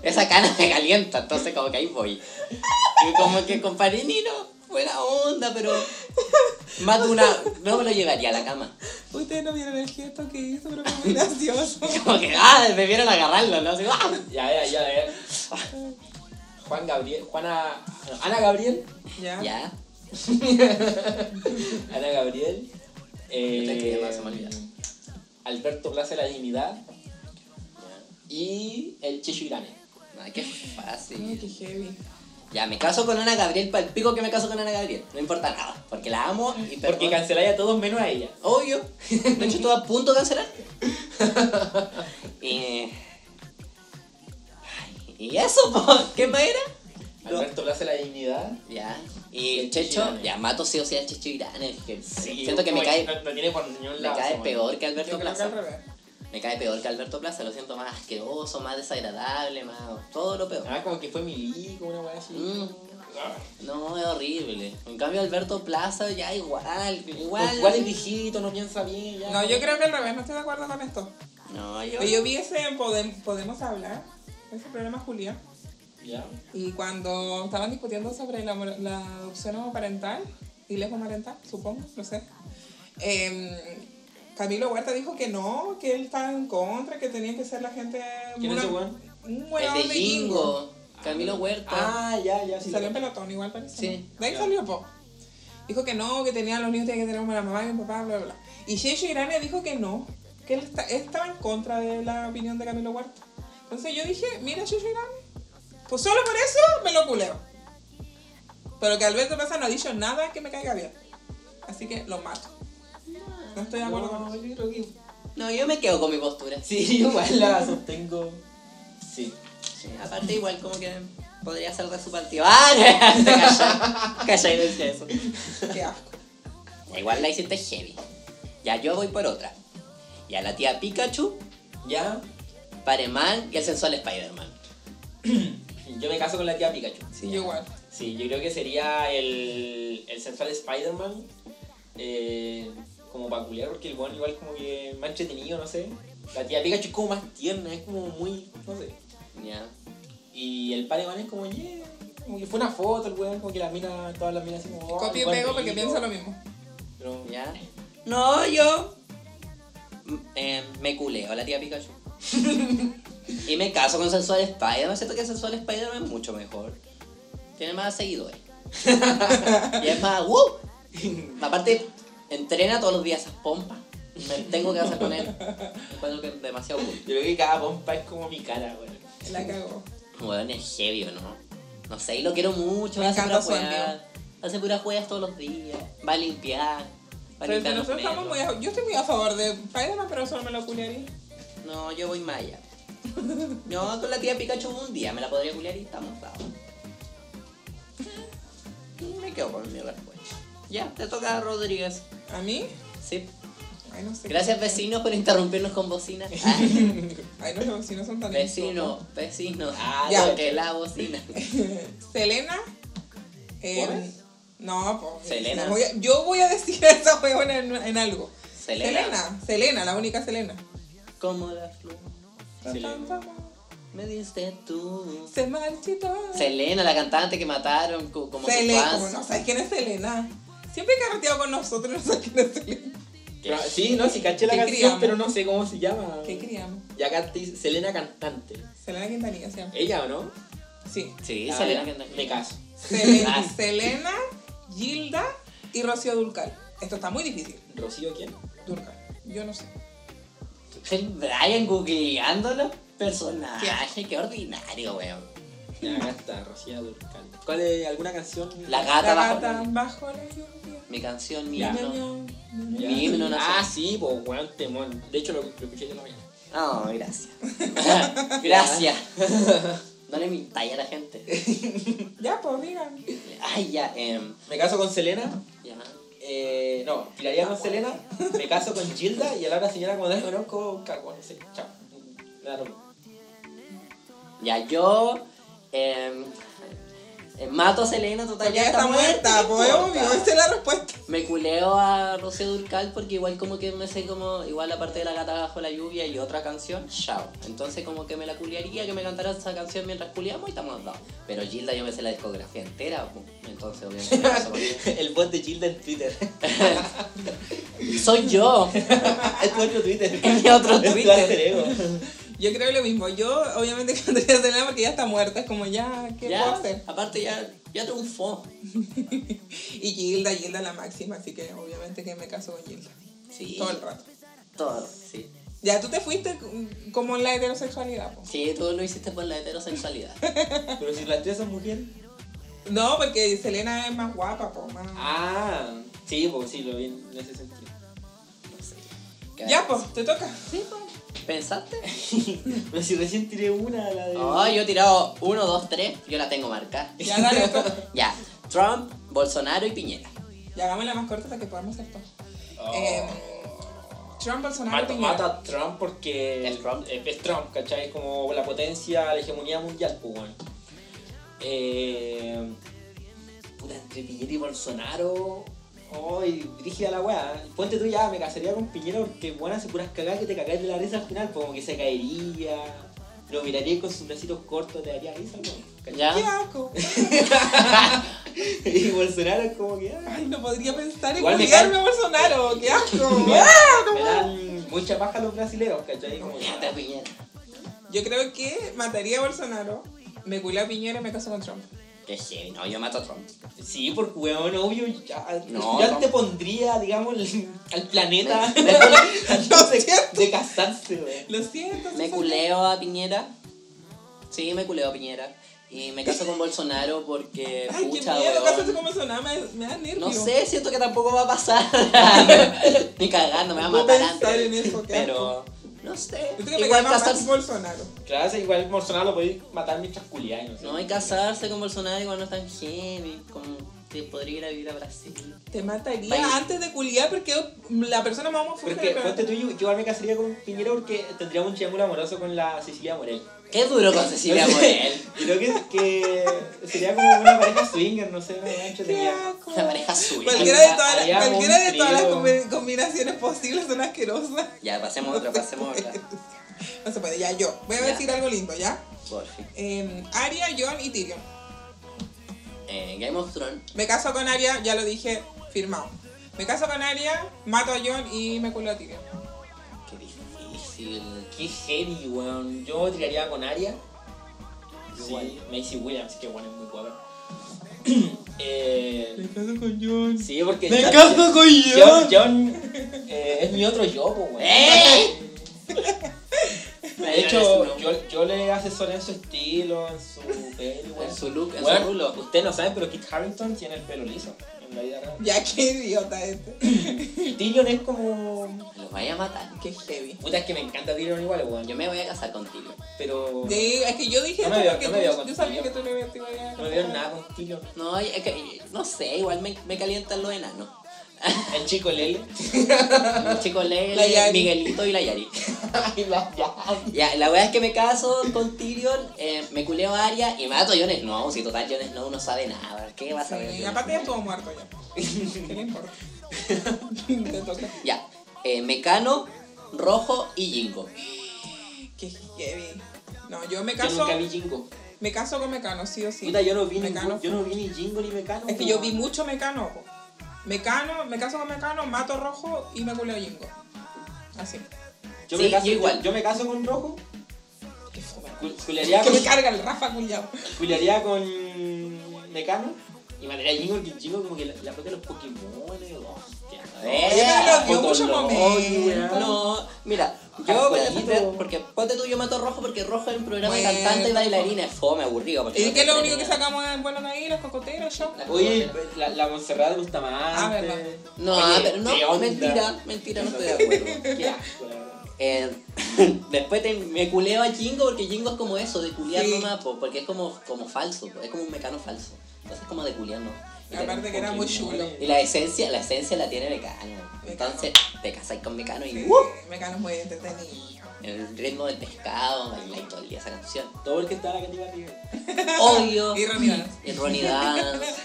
B: Esa cana me calienta, entonces como que ahí voy. Y como que con Parinino, buena onda, pero más de una, no me lo llevaría a la cama.
A: Ustedes no vieron el gesto que hizo, pero
C: [laughs]
A: fue muy gracioso.
B: Como que, ah, me vieron agarrarlo, ¿no? Así, ¡ah!
C: Ya, ya, ya, ya. Juan Gabriel. Juana. no, Ana Gabriel.
A: ya.
B: Ya,
C: Ana Gabriel. Eh,
B: Puta, que ya se me olvidó.
C: Alberto Plaza de la Dignidad. Y el Checho Irane.
B: Ay, Ah, qué
A: Ay, qué
B: fácil.
A: heavy.
B: Ya, me caso con Ana Gabriel, pa'l pico que me caso con Ana Gabriel. No importa nada, porque la amo y
C: Porque
B: perdón.
C: canceláis a todos menos a ella.
B: Obvio. [laughs] De hecho, estuve a punto de cancelar. [laughs] Eh, ay, y eso, po, ¿qué más era? No.
C: Alberto Plaza de la Dignidad.
B: Ya. Y el
C: El Checho
B: Checho,
C: Irane.
B: ya mato sí o sí al Checho Irán.
C: Sí,
B: siento que me
C: como
B: cae,
C: No, no tiene por ningún
B: me
C: lado,
B: cae
C: esa
B: peor que
A: Yo
B: Alberto
A: creo que al
B: Plaza.
A: revés.
B: Me cae peor que Alberto Plaza, lo siento más asqueroso, más desagradable, más todo lo peor.
C: weá. Ah, como que fue mi liga, una weá así.
B: Mm.
C: Ah.
B: No, es horrible. En cambio, Alberto Plaza ya igual, igual.
C: Pues igual es viejito, no piensa bien. Ya.
A: No, yo creo que al revés, no estoy de acuerdo con esto.
B: No, yo.
A: Pero yo vi ese en Podem- Podemos Hablar, ese programa Julia,
C: Ya.
A: y cuando estaban discutiendo sobre la, mor- la adopción homoparental, y lejos parental, supongo, no sé, em, Camilo Huerta dijo que no, que él estaba en contra, que tenía que ser la gente...
C: ¿Quién
A: una-
C: es ese weón?
A: Un
B: el
A: weón
B: de Jingo, Camilo Huerta.
C: Ah, ya, ya, sí.
A: Salió en pelotón igual parece.
B: Sí,
A: ¿no? De ahí
C: ya.
A: salió po. Dijo que no, que tenía los niños tenían que tener una mamá y un papá, bla, bla, bla. Y Sheisho Irane dijo que no, que él, está- él estaba en contra de la opinión de Camilo Huerta. Entonces yo dije, mira Sheisho Irane, pues solo por eso me lo culeo. Pero que Alberto Plaza no ha dicho nada que me caiga bien. Así que lo mato. No estoy de acuerdo con
C: No, yo creo que...
B: No, yo me quedo con mi postura. [laughs]
C: Sí, igual la sostengo. [laughs] Sí.
B: Sí, Aparte, igual como que podría ser de su partido. ¡Ah! [laughs] Te calla- calla y decía eso.
A: Qué asco.
B: Ya, Igual la hiciste heavy. Ya yo voy por otra. Y a la tía Pikachu,
C: Ya,
B: Pareman y el sensual Spider-Man.
C: yo me caso con la tía Pikachu.
A: Sí, yo igual.
C: Sí, yo creo que sería el, el sensual Spider-Man. eh, como peculiar, porque el weón igual como que más entretenido, no sé. La tía Pikachu es como más tierna, es como muy, no sé.
B: Ya.
C: Y el Pareman es como, yeah, como que fue una foto, el weón, como que la mina, todas las minas así como... oh,
A: Copio y
C: igual
A: pego porque
C: rico.
A: pienso lo mismo.
C: Pero,
B: Ya. No, yo. mm, eh, me culeo a la tía Pikachu. [laughs] y me caso con sensual Spider-Man. Siento que sensual Spider-Man es mucho mejor. Tiene más seguidores. [laughs] y es más. ¡Uh! Aparte, entrena todos los días esas pompas. Me tengo que casar con él. Encuentro que es demasiado cool.
C: Yo creo que cada pompa es como mi cara, weón.
A: La cagó.
B: Weón es heavy, ¿o ¿no? No sé, y lo quiero mucho.
A: Me
B: hace
A: encanta
B: puras
A: su
B: weas. Hace puras weas todos los días. Va a limpiar. Va a
A: Pero
B: limpiar los
A: nosotros estamos
B: metros.
A: muy a- yo estoy muy a favor de Spider-Man, pero solo me lo culiaría.
B: No, yo voy maya. [laughs] No, con la tía Pikachu un día me la podría culiar y estamos dados. Me quedo con mi respuesta. Ya, te toca Rodríguez.
A: ¿A mí?
B: Sí.
A: Ay, no sé.
B: Gracias vecinos por interrumpirnos con bocina. Ah,
A: [laughs] Ay, no, los vecinos son tan
B: vecino, vecino. Ah,
A: Ya.
B: toque
A: [laughs]
B: la bocina.
A: Selena. eh,
C: ¿Jueves?
A: no, pues.
B: Selena.
A: voy a- yo voy a decir [laughs] a esa huevona en, en algo.
B: Selena.
A: Selena, Selena, la única Selena.
B: Como la flor.
C: Selena.
A: Tan, tan, tan.
B: Me diste tú.
A: Se marchitó.
B: Selena, la cantante que mataron co- como
A: Selena.
B: sus
A: como
B: fans.
A: No sabes quién es Selena. Siempre he carreteado con nosotros, [laughs] no sabes quién es Selena.
C: Pero- sí, no, sí caché la
A: Qué
C: canción,
A: criamos.
C: pero no sé cómo se llama.
A: ¿Qué criamos?
C: Ya canté Selena Cantante.
A: Selena Quintanilla se llama.
C: ¿Ella o no?
A: Sí.
B: Sí,
C: Ah,
B: Selena.
C: ya,
B: cantante.
C: Me caso.
A: Selena,
B: [laughs] Ah.
A: Selena, Gilda y Rocío Durcal. Esto está muy difícil.
C: ¿Rocío quién?
A: Durcal. Yo no sé.
B: El Brian googleando los personajes, qué ordinario, weón.
C: Ya, acá está, Rocío Durcal. ¿Cuál es alguna canción?
B: La gata,
A: la
B: bajo-
A: gata bajo la lluvia.
B: Mi canción, mi
C: Ya.
B: himno.
C: Ya.
B: Mi himno nacional.
C: Ah, sí, pues weón, temón. De hecho, lo, lo escuché yo en la mañana.
B: No, gracias. [laughs] gracias. [laughs] No le mintáis a la gente.
A: Ya, pues digan.
B: Ay, ya, eh,
C: Me caso con Selena.
B: ya.
C: Eh, no, tiraría con Selena. Me caso con Gilda. Y a la otra señora, cuando la conozco, cago, no sé. Chao. Me da lo mismo.
B: Ya, yo. eh, eh, mato a Selena, total,
A: Porque
B: Pues ya está, muerta. ¿qué
A: pues
B: importa?
A: obvio, esa es la respuesta.
B: Me culeo a Rocío Durcal porque igual como que me sé como, igual aparte de la gata bajo la lluvia y otra canción, chao. Entonces como que me la culiaría, que me cantara esa canción mientras culiamos y estamos dados. Pero Gilda yo me sé la discografía entera, pu. entonces obviamente me caso con ella.
C: [laughs] El bot de Gilda en Twitter. [laughs]
A: [laughs]
B: Soy yo,
C: es tu otro Twitter.
B: [laughs] Es mi otro
C: Es tu
B: Twitter.
C: alter ego.
A: Yo creo lo mismo. Yo, obviamente, [laughs] cantaría a Selena porque ya está muerta. Es como, ya, ¿qué puedo
B: ya,
A: hacer?
B: aparte ya, ya triunfó.
A: Y Gilda, Gilda la máxima. Así que, obviamente, que me caso con Gilda.
B: Sí,
A: Todo el rato.
B: todo, sí.
A: Ya, tú te fuiste mm, como en la heterosexualidad, pues.
B: Sí, tú lo hiciste por la heterosexualidad.
C: Pero si las tres son mujeres.
A: No, porque Selena es más guapa, pues, más...
C: Ah, sí, pues sí, lo vi en ese sentido.
B: No sé.
A: Ya, pues, te toca.
B: Sí, po. ¿Pensaste?
C: Pero si recién tiré una, la de.
B: Ay, yo he tirado 1, 2, 3, yo la tengo marcada.
A: Ya,
C: [laughs]
A: dale, tú.
B: Ya, Trump, Bolsonaro y Piñera.
A: Ya, hagamos la más corta hasta que podamos hacer todo.
C: Oh.
A: Eh, Trump, Bolsonaro,
C: Mata,
A: Piñera.
C: mata a Trump porque
B: Es Trump.
C: es, es Trump, ¿cachai? Es como la potencia, la hegemonía mundial, pues bueno. Eh, puta, entre Piñera y Bolsonaro. Ay, rígida la weá. Ponte tú ya, me casaría con Piñera porque bueno, hace puras cagadas que te cagáis de la risa al final, pues, como que se caería. Lo miraría con sus bracitos cortos, te daría risa, weón. ¿cachai? [laughs]
A: ¡Qué
B: Ya,
A: asco!
C: Y Bolsonaro es como que. ah,
A: [laughs]
C: ay,
A: Ay, no podría pensar en
C: Igual me
A: culiarme a Bolsonaro. ¡Qué asco!
C: Me dan mucha paja los brasileños, ¿cachai? Como,
B: mata a Piñera.
A: Yo creo que mataría a Bolsonaro, me culé a Piñera y me caso con Trump.
B: Qué heavy, no, yo mato a Trump.
C: Sí, por weón, obvio. Ya,
B: No,
C: ya
B: no.
C: te pondría, digamos, el- al planeta
B: [laughs]
C: [laughs]
B: Me- me pon-
C: antes de, de casarse, weón.
A: Lo siento.
B: Me
A: Susana.
B: culeo a Piñera. Sí, me culeo a Piñera. Y me caso con Bolsonaro porque,
A: [laughs] Ay, qué
B: pucha,
A: miedo,
B: weón,
A: casarse con Bolsonaro, me, me da nervio.
B: No sé, siento que tampoco va
A: [laughs]
B: a pasar. Ni cagando, me va a
A: No
B: matar
A: pensar
B: antes.
A: en eso, qué
B: Pero, no sé.
A: Yo creo que me
B: Igual
A: llama más
B: casarse.
A: Bolsonaro.
C: Claro, sí, igual Bolsonaro lo podéis matar mientras culiáis, no sé.
B: No, y casarse con Bolsonaro igual no es tan heavy. Como te podría ir a vivir a Brasil.
A: Te mataría
B: Vaya.
A: antes de culiar porque la persona más homofóbica
C: Porque, ponte tú, yo, yo igual me casaría con Piñera porque tendríamos un triángulo amoroso con la Cecilia Morel.
B: Qué duro con
A: [laughs]
B: Cecilia Morel.
C: Y creo que, que sería como una pareja swinger, no sé, una weá
A: ¡Qué
C: entretenida.
A: asco!
B: La pareja suya.
A: Cualquiera de todas,
C: Haríamos
A: las, cualquiera de
C: un
A: todas las
C: trío.
A: combi- combinaciones posibles son asquerosas.
B: Ya, pasemos otra, pasemos otra.
A: [laughs] No se puede, ya yo. Voy a
B: Ya.
A: decir algo lindo, ¿ya?
B: Por fin.
A: Eh, Aria, John y Tyrion.
B: Eh, Game of Thrones.
A: Me caso con Aria, ya lo dije, firmado. Me caso con Aria, mato a John y me culo a Tyrion.
B: Qué difícil.
C: Qué heavy, weón. Yo tiraría con Aria.
B: Igual.
C: Sí, Macy Williams, que weón es muy guapa. [clears throat] eh,
A: caso con John.
C: Sí, porque.
B: Me
C: John-
B: caso con
C: John,
B: John.
C: John, eh, es mi otro yo, pues, weón.
B: ¡Eh!
C: De hecho,
B: este
C: yo, yo le asesoré en su estilo, en su pelo, weón.
B: En su look, en
C: Weón,
B: su rulo.
C: Ustedes no saben, pero Kit Harrington tiene el pelo liso en la vida real.
A: Ya, [laughs] qué idiota este.
C: Y Tyrion es como.
B: Los vaya a matar.
A: Qué heavy.
C: Puta, es que me encanta Tyrion igual, weón.
B: Yo me voy a casar contigo.
C: Pero.
A: Sí, es que yo dije
C: No me
A: esto
C: veo-
A: porque
C: no me
A: tú-
C: veo
A: yo sabía
C: contigo.
A: que tú le ibas- te ibas a
C: No me dieron nada con Tyrion.
B: No, es que- no sé, igual me, me calientan los enanos.
C: El
A: [laughs]
C: chico Lele.
B: Los chicos
A: La
B: Lele,
A: Yari.
B: Miguelito y la Yari.
C: Ay, la ya.
B: Ya, la wea es que me caso con Tyrion, eh, me culeo a Arya y mato a Jon Snow. Si total Jon Snow no sabe nada, ¿qué va a saber?
A: Sí,
B: Jon
A: aparte ya
B: Snow?
A: estuvo muerto
C: [laughs]
A: ya. ¿Qué le importa? [laughs] Te toca.
B: Ya, eh, Mecano, Rojo y Jingo.
A: Qué heavy. No, yo me
C: Yo
A: caso,
C: nunca vi Jingo.
A: me caso con Mecano, sí o sí.
C: Puta, yo no vi, ningún-
A: Mecano.
C: yo no vi ni Jingo ni Mecano.
A: Es que yo vi
C: weón.
A: mucho Mecano. po. Mecano, me caso con Mecano, mato rojo y me culeo a Jingo. Así.
C: Yo
B: Sí,
C: me caso,
B: yo igual.
C: Yo, yo me caso con Rojo.
A: Qué fome.
C: cul- Culearía
A: que
C: con,
A: me carga el Rafa culiao.
C: culearía con Mecano. Y mataría a Jingo porque Jingo como que la, la flota de los Pokémon. Hostia.
B: Eh,
A: Ella nos dio
C: con
A: mucho
C: los-
A: momento.
B: No, mira, yo
C: Hardcore,
B: voy a defender,
C: ¿no?
B: porque ponte tú yo mato a Rojo porque Rojo es un programa de
A: Bueno.
B: cantante y bailarina es fome, aburrido. porque
A: ¿Y
B: no
A: qué es
B: te
A: lo único que
B: entretiene.
A: sacamos en Buenos Aires? ¿Los cocoteros, yo?
C: Oye, la, la Montserrat de
A: Ah,
C: Bustamante.
A: verdad.
B: No, ah,
C: Oye,
B: pero
C: ¿qué
B: no,
C: onda?
B: mentira, mentira, no estoy de acuerdo.
C: Qué asco, la verdad.
B: Eh, [laughs] después te- me culeo a Jingo porque Jingo es como eso, de culear
A: Sí.
B: nomás, po, porque es como, como falso, po, es como un mecano falso. Entonces es como de culear nomás. Y te-
A: Aparte que era muy chulo.
B: Y la esencia, la esencia la tiene Mecano. Entonces te casáis con Mecano y ¡uh!
A: Mecano es muy entretenido.
B: el ritmo del pescado, bailáis todo el día esa canción.
C: Todo el que está en la categoría River.
B: Obvio.
A: Y Ronnie Dance.
B: Y Ronnie Dance.
C: [laughs]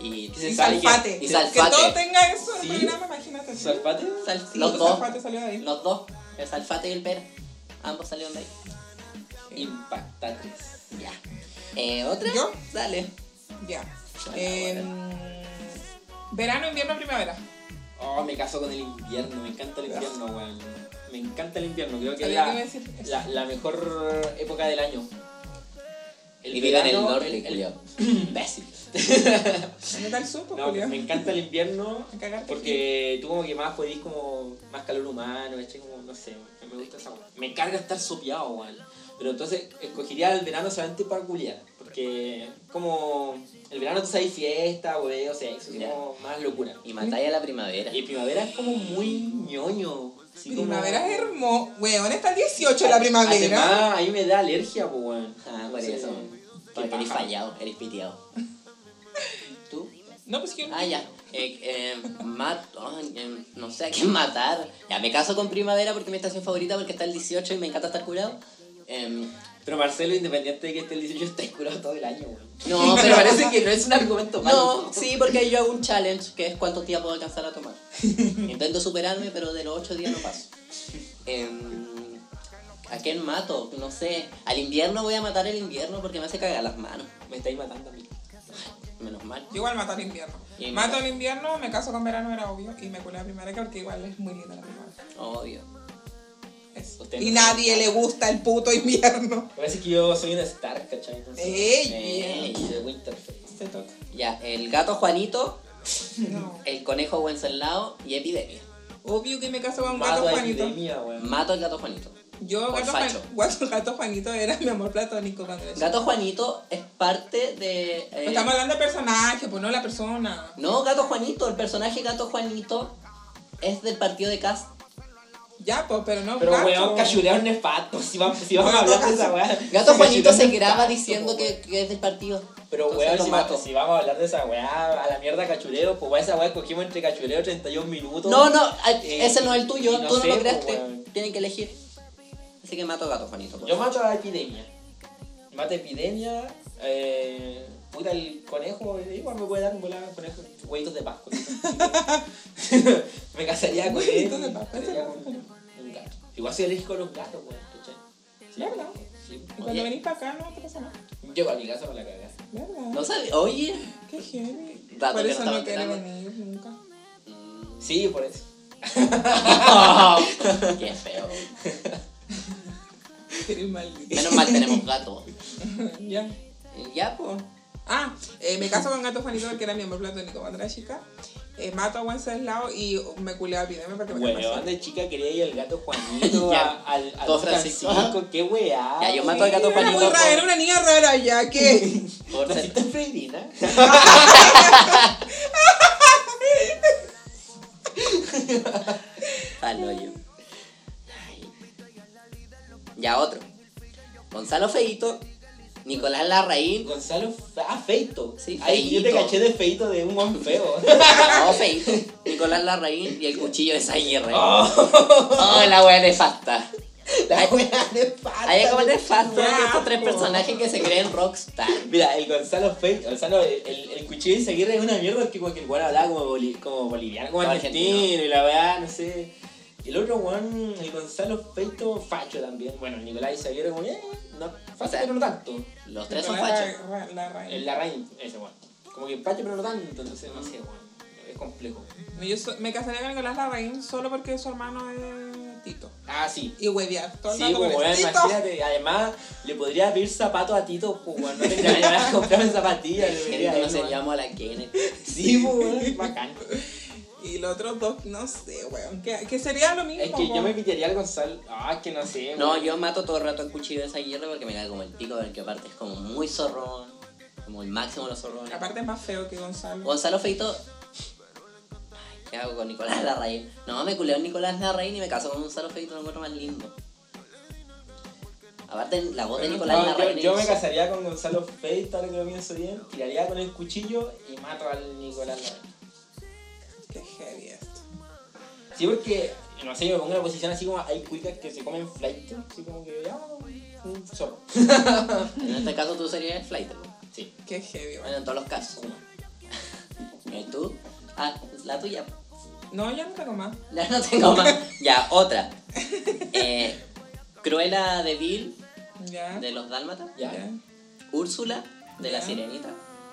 B: Y,
C: Y
A: Y
C: sabe que-
A: Salfate.
B: y
A: Que
B: Salfate.
A: todos tengan eso en
C: Sí.
A: el programa, imagínate.
C: ¿Salpate?
B: Sal-
A: Sí, pues,
B: los dos.
A: Salfate salió de ahí.
B: Los dos. El Salfate y el Pera. Ambos salieron de ahí.
C: Impactatres.
B: Ya. Eh, ¿Otra?
A: ¿Yo?
B: Dale.
A: Ya.
B: Ah,
A: Eh, verano, invierno, primavera.
C: Oh, me caso con el invierno, me encanta el invierno, weón. Me encanta el invierno, creo que es
A: Sabía que iba a
C: la,
A: decir eso.
C: la, la mejor época del año.
B: y vive en el
C: verano,
B: norte,
C: el- el- [clears throat]
B: culiao. Imbécil.
A: ¿Dónde está el sur, pues,
C: No,
A: Julio?
C: me encanta el invierno
A: A cagarte.
C: porque tú como que más podís como más calor humano, ¿cachai? como no sé, me gusta esa weá. Me carga estar sopeado, weón. Pero entonces escogería el verano solamente para culiar, porque como el verano tú sabes fiesta, weón, o sea, es como más locura.
B: Y matáis a la primavera.
C: Y primavera es como muy ñoño. así como-
A: Primavera es hermoso. Weón, está el 18 la primavera.
C: Además, ahí me da alergia, pues, weón.
B: Ah, por
C: Sí.
B: eso.
C: Qué
B: Porque eres
C: paja.
B: fallado, eres piteado. ¿Tú?
A: No, pues que.
B: Ah, ya. Eh, eh, mat- oh, eh, no sé a quién matar. Ya, me caso con Primavera porque es mi estación favorita porque está el 18 y me encanta estar curado. Em,
C: Pero Marcelo, independiente de que esté el 18, está curado todo el año, weón.
B: no,
C: [laughs] Me
B: pero
C: parece que no es un argumento válido.
B: No, sí, porque yo hago un challenge que es cuántos días puedo alcanzar a tomar. Intento superarme, pero de los 8 días no paso. Em, ¿A quién mato? No sé. Al invierno voy a matar el invierno porque me hace cagar las manos.
C: Me estáis matando a mí.
B: Menos mal.
A: Yo igual mato el invierno.
B: Y
A: Mato
B: mira.
A: el invierno, me caso con verano, era obvio. Y me culé la primavera porque igual es muy linda la primavera.
B: Obvio.
A: Eso.
C: Usted
A: Y
C: no sabe.
A: nadie le gusta el puto invierno.
C: Me parece que yo soy un Stark, ¿cachai? Entonces,
A: Ey,
C: eh,
B: bien.
C: de Winterfell.
A: Te toca.
B: Ya, el gato Juanito,
A: No.
B: el conejo Wenceslao y Epidemia.
A: Obvio que me caso con un gato
C: Mato a
A: Juanito.
C: epidemia, weón.
B: Mato al gato Juanito.
A: Yo,
B: Por
A: gato, Juan-
B: facho.
A: Guato- gato Juanito era mi amor platónico cuando era chica.
B: Gato Juanito es parte de. eh,
A: Pero Estamos hablando de personaje, pues no la persona.
B: No, Gato Juanito, el personaje Gato Juanito es del partido de Cast.
A: Ya, pues, pero no.
C: Pero,
A: gato.
C: weón, cachureo nefasto. Si vamos, si vamos a
A: Gato
C: hablar de esa weá.
B: Gato
C: Cachureo
B: Juanito se
C: nefasto,
B: graba
C: po,
B: diciendo
C: weón.
B: que, que es del partido.
C: Pero
B: Entonces
C: weón,
B: lo
C: si, va-
B: mato.
C: si vamos a hablar de esa weá, a la mierda cachureo, pues weón, esa weá escogimos entre cachureo 31 minutos.
B: No, no, a-
C: Eh,
B: ese no es el tuyo,
C: y no
B: tú no
C: sé,
B: lo
C: po,
B: creaste.
C: weón.
B: Tienen que elegir. Así que mato a Gato Juanito. por
C: Yo
B: favor.
C: mato a Epidemia. Mato a Epidemia. Eh, puta, el conejo. eh, Igual me puede dar un volado conejo. Huevitos de Pascua. [laughs] me casaría con él.
A: Huevitos de Pascua,
C: me casaría
A: ese
C: con un gato. Igual soy alérgico a los gatos, weón. ¿cachai? Sí,
A: ¿Verdad?
C: Sí.
A: Y cuando
B: Oye.
A: venís para acá no te pasa nada.
C: Llego a mi casa con la cagada.
A: ¿Verdad?
B: No sabes,
C: [laughs]
B: oye.
A: Qué heavy.
B: Dato
A: Por
B: que
A: eso
B: no
A: no
B: estaba
A: quiere
B: enterando.
A: venir nunca.
C: Sí, por eso.
B: Qué feo.
A: Eres maldito.
B: Menos mal tenemos gato.
A: [laughs] ya.
B: Ya, pues.
A: Ah, eh, me caso con Gato Juanito porque era mi amor platónico cuando era chica. eh, mato a Wenceslao y me culé a Epidemia porque me
C: Bueno,
A: cansé.
C: de chica quería ir al gato
B: [laughs]
C: Juanito,
B: Ya,
C: a- al, al
B: todo
C: don
B: Francisco.
C: Francisco. Qué weá.
B: Ya, yo
C: sí.
B: mato al gato
A: Era
B: Juanito.
A: muy rara, era una niña rara ya, que...
B: Por ser-
C: ¿Naciste en Freirina?
B: Al hoyo. Ay. Ya otro. Gonzalo Feito, Nicolás
C: [laughs]
B: Larraín.
C: Gonzalo, Fe- ah, Feito.
B: Sí,
C: Ay, yo te
B: Feito.
C: caché de Feito de un buen
B: [laughs]
C: feo. [laughs]
B: No, Feito. Nicolás Larraín y el cuchillo de Sayerre. Oh. la wea nefasta.
C: La
B: Ay.
C: wea de pata.
B: Hay como nefasto
A: Guau.
B: de estos tres personajes que se creen rockstar.
C: Mira, el Gonzalo Feito, Gonzalo, el, el, el cuchillo de Seguirre es una mierda que cualquier weón hablaba como, boli- como boliviano, como
B: Como
C: argentino,
B: argentino.
C: y la weá, no sé. El otro weón, el Gonzalo Feito, facho también. Bueno, el Nicolás Isaguirre como, eh, no, facho,
B: O sea,
C: pero no tanto.
B: Los tres son
A: Era
B: fachos.
A: ra- la raíz.
C: El Larraín, ese weón. Como que facho, pero no tanto, entonces
B: Mm.
C: no sé, weón. Es complejo.
A: Yo so- me casaría con Nicolás Larraín solo porque su hermano es Tito.
C: Ah, sí.
A: Y huevear todo el
C: Sí,
A: rato
C: pues,
A: con
C: weón,
A: eso. ¡Tito!
C: imagínate. Además, le podría pedir zapatos a Tito, pues, weón. No tendría que llevar a comprarme zapatillas. le
B: Gente,
C: diría,
B: no
C: eh,
B: se
C: weón.
B: llama a la Kenneth.
C: Sí, pues, weón. Bacán.
A: Y los otros dos, no sé, weón. Que, que sería lo mismo.
C: Es que yo
A: weón.
C: me pitearía al Gonzalo. Ah, es que no sé,
B: No,
C: weón.
B: yo mato todo el rato al cuchillo de Sayerre porque me cae como el pico, porque aparte es como muy zorrón. Como el máximo de los zorrones.
A: Aparte es más feo que Gonzalo.
B: Gonzalo Feito. Ay, ¿Qué hago con Nicolás Larraín? No, me culeo a Nicolás Larraín y me caso con Gonzalo Feito, lo encuentro más lindo. Aparte, la voz de
A: Pero
B: Nicolás
C: No, yo,
B: Larraín.
C: yo me
B: es-
C: casaría con Gonzalo Feito, ahora que lo pienso bien. Tiraría con el cuchillo y mato al Nicolás Larraín.
A: Qué heavy esto.
C: Sí, porque, no sé, yo me pongo en una posición así como hay cuicas que se comen flight, así como que ya, un zorro.
B: En este caso, tú serías el flight. ¿no?
C: Sí,
A: Qué heavy, weón.
B: Bueno, en todos los casos. [laughs] ¿Y tú? Ah, la tuya. [laughs]
A: No, ya no tengo más.
B: Ya no tengo más. Ya, otra. Eh, Cruella de Vil,
A: Ya.
B: de los Dálmatas.
C: ya.
A: Ya.
B: Úrsula, de la
A: ¿Ah? Ya.
B: Sirenita.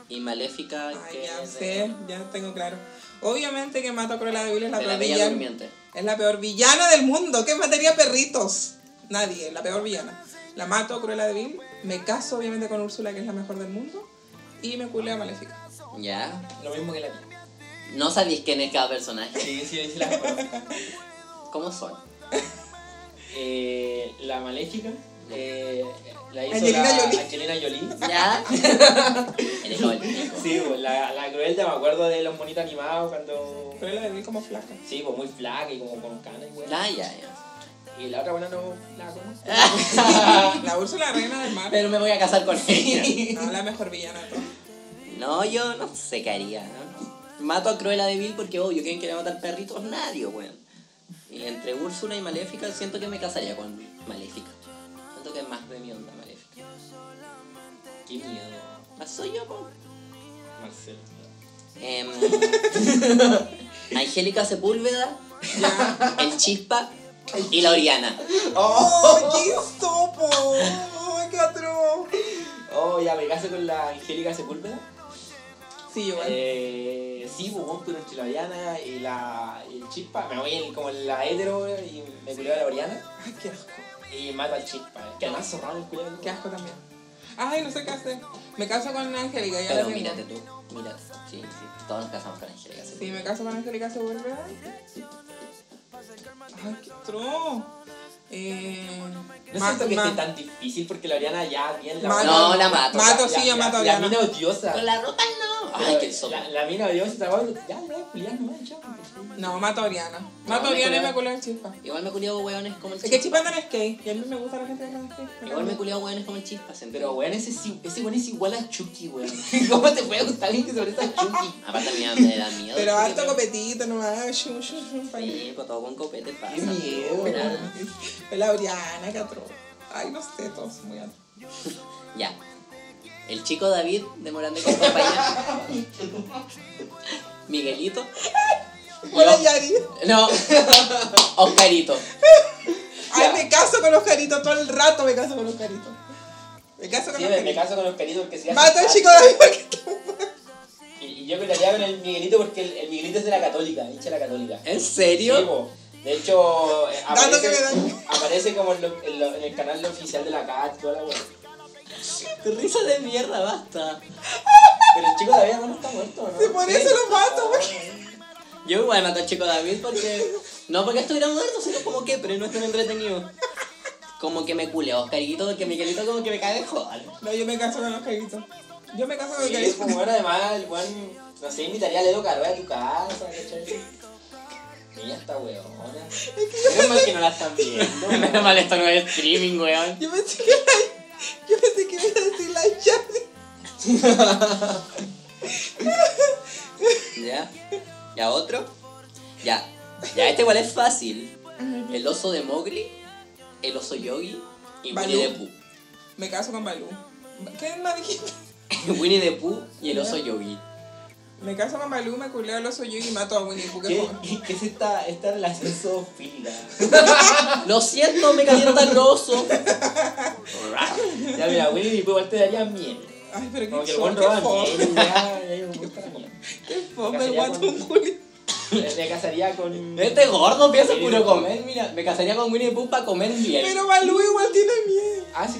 B: Y Maléfica,
A: Ay,
B: que
A: ya
B: es de-
A: sé, ya tengo claro. Obviamente que Mato a Cruella de Vil es la
B: de la
A: peor
B: Bella
A: villana.
B: Durmiente.
A: Es la peor villana del mundo. ¿Qué mataría perritos? Nadie, la peor villana. La mato, Cruella de Vil. Me caso obviamente con Úrsula, que es la mejor del mundo. Y me culeo a Maléfica.
B: Ya.
C: Lo mismo que la mía.
B: No sabéis quién es cada personaje.
C: Sí, sí, [laughs] sí, la conozco.
B: ¿Cómo son?
C: Eh, la Maléfica. Eh, la hizo
A: Angelina
C: la
A: Jolie.
C: Angelina [laughs] Jolie.
A: [laughs]
B: ¿Ya? Eres como el pico.
C: Sí, pues, la, la Cruelda, me acuerdo de los monitos animados cuando.
A: Cruella de Vil como [laughs] flaca.
C: Sí, pues muy flaca y como con canas, güey.
B: Ya, ya, ya.
C: Y la otra buena no la conozco.
A: La Úrsula, reina del mar.
B: Pero me voy a casar con ella.
A: No, la mejor villana de todas.
B: No, yo no sé qué haría. ¿no? Mato a Cruella de Vil porque, obvio, ¿quién quiere matar perritos? Nadie, weón. Y entre Úrsula y Maléfica siento que me casaría con Maléfica. Siento que es más de mi onda Maléfica.
C: Qué miedo,
B: ¿La soy yo, po?
C: Marcelo.
B: Em, [laughs] Angélica Sepúlveda,
A: [laughs] Ya.
B: El Chispa y la Oriana.
A: ¡Oh, qué sopo! ¡Ay, qué atroz!
C: Oh, ya me casé con la Angélica Sepúlveda.
A: Sí, igual.
C: Eh, sí, pues bueno, pero entre la Oriana y la y el Chispa. Me voy en- como en la hetero güey, y me culeo a la Oriana
A: Ay, qué asco.
C: y mato al Chispa. Que además zorrado el culiao.
A: Qué asco también. Ay, no sé qué hacer. Me caso con Angélica. ya la
B: Pero
A: tengo.
B: mírate tú, mírate. Sí, sí, todos nos casamos con Angélica
A: Si
B: Sepúlveda.
A: me caso con Angélica se vuelve a... Ay, qué tro. Eh,
C: No
A: ma-
C: siento que este
A: ma-
C: esté tan difícil porque la Oriana ya bien la
A: Mato-
B: No, la mato.
A: Mato,
C: la-
A: sí, yo
C: la-
A: mato a
C: La
A: Oriana.
C: mina odiosa.
B: Con la ropa no. Ay, qué sopa.
C: La, la mina odiosa estaba. Ya, ya, Julián, no, ya.
A: No, mato a Oriana. Mato a
B: me
A: Oriana y
B: culeo.
A: me culeo a Chispa.
B: Igual me culiado hueones como
A: Es
B: el
A: que
B: chispa.
A: Chispa anda en skate y a mí me gusta la gente que anda en skate.
B: Igual me culiado hueones como el chispa.
C: Pero
B: Pero
C: weón, ese, sí- ese weón es igual a Chucky, weón. [laughs] ¿Cómo te puede gustar alguien que se parece a Chucky?
B: aparte a mí ya me da miedo.
A: Pero harto
B: copete.
A: copetito nomás. shu, shu, shu, pa' ahí.
B: Sí, pues todo con copete pasa. pues,
C: Qué miedo,
B: Mira,
C: weón.
A: La Oriana, qué atroz. Ay, no sé, todos muy atroz.
B: Ya. El chico David de Morande con compañía. Miguelito.
A: Hola,
B: Yo-
A: Yari.
B: No. Oscarito.
A: Ay,
C: Ya.
A: me caso con los caritos todo el rato, me caso con los caritos. Me caso con
C: Sí,
A: los
C: me, me
A: caritos.
C: caso con los queridos porque si ya
A: Mato
C: se-
A: al chico David porque
C: Y, y yo me pelearía con el Miguelito porque el, el Miguelito es de la Católica, hincha de la Católica.
B: ¿En
C: Sí,
B: serio?
C: po. de hecho, eh,
A: Dato que
C: aparece,
A: me dan.
C: aparece como en, lo- en lo- en el canal oficial de la CAT, toda la weón.
B: Tu pues. risa de mierda, basta.
C: Pero el chico todavía no está muerto, ¿no?
A: Sí, por eso lo mato,
C: güey.
B: Yo igual mato al chico David porque. No porque estuviera muerto, sino como que, pero no estuvo entretenido. Como que me culeo, Oscarito, porque Miguelito como que me cae de joder.
A: No, yo me caso con los caritos. Yo me caso con los
C: Sí, es
A: caritos.
C: como bueno, además, el weón, no sé, invitaría a Ledo Caroe a tu casa, ¿cachai? Ella está weona. Menos mal que no la están
B: [laughs]
C: viendo.
B: Menos mal esto no es streaming,
A: [laughs]
B: weón.
A: Yo pensé que la... Yo pensé que iba a decir la llave.
B: Ya. Ya otro. Ya. Ya este igual es fácil. El oso de Mowgli, el oso Yogi y
A: Balú.
B: Winnie the Pooh.
A: Me caso con Balú. ¿Qué más dijiste?
B: Winnie the Pooh [laughs] y el oso Yogi.
A: Me caso con Balú, me culeo al oso yo y mato a Winnie Pooh. que
C: ¿Qué,
A: joven.
C: qué- qué es esta, esta relación zoofila?
B: Lo siento, me calienta el
C: [laughs]
B: oso.
C: Ya, mira, Winnie the Pooh igual te daría miedo.
A: Ay, pero
C: Como
A: qué
C: que el buen
A: show,
C: roba
A: qué
C: miedo,
A: fome.
C: ya, ya, yo me gusta la mierda.
A: Qué fome el
C: Cacería
A: guatón
C: con-
A: Julio.
C: Me casaría con.
B: Este gordo piensa
C: Winnie
B: puro
C: the Pooh.
B: comer, mira, me casaría con Winnie the Pooh para comer bien.
A: Pero Balú igual tiene miedo.
C: Ah, sí.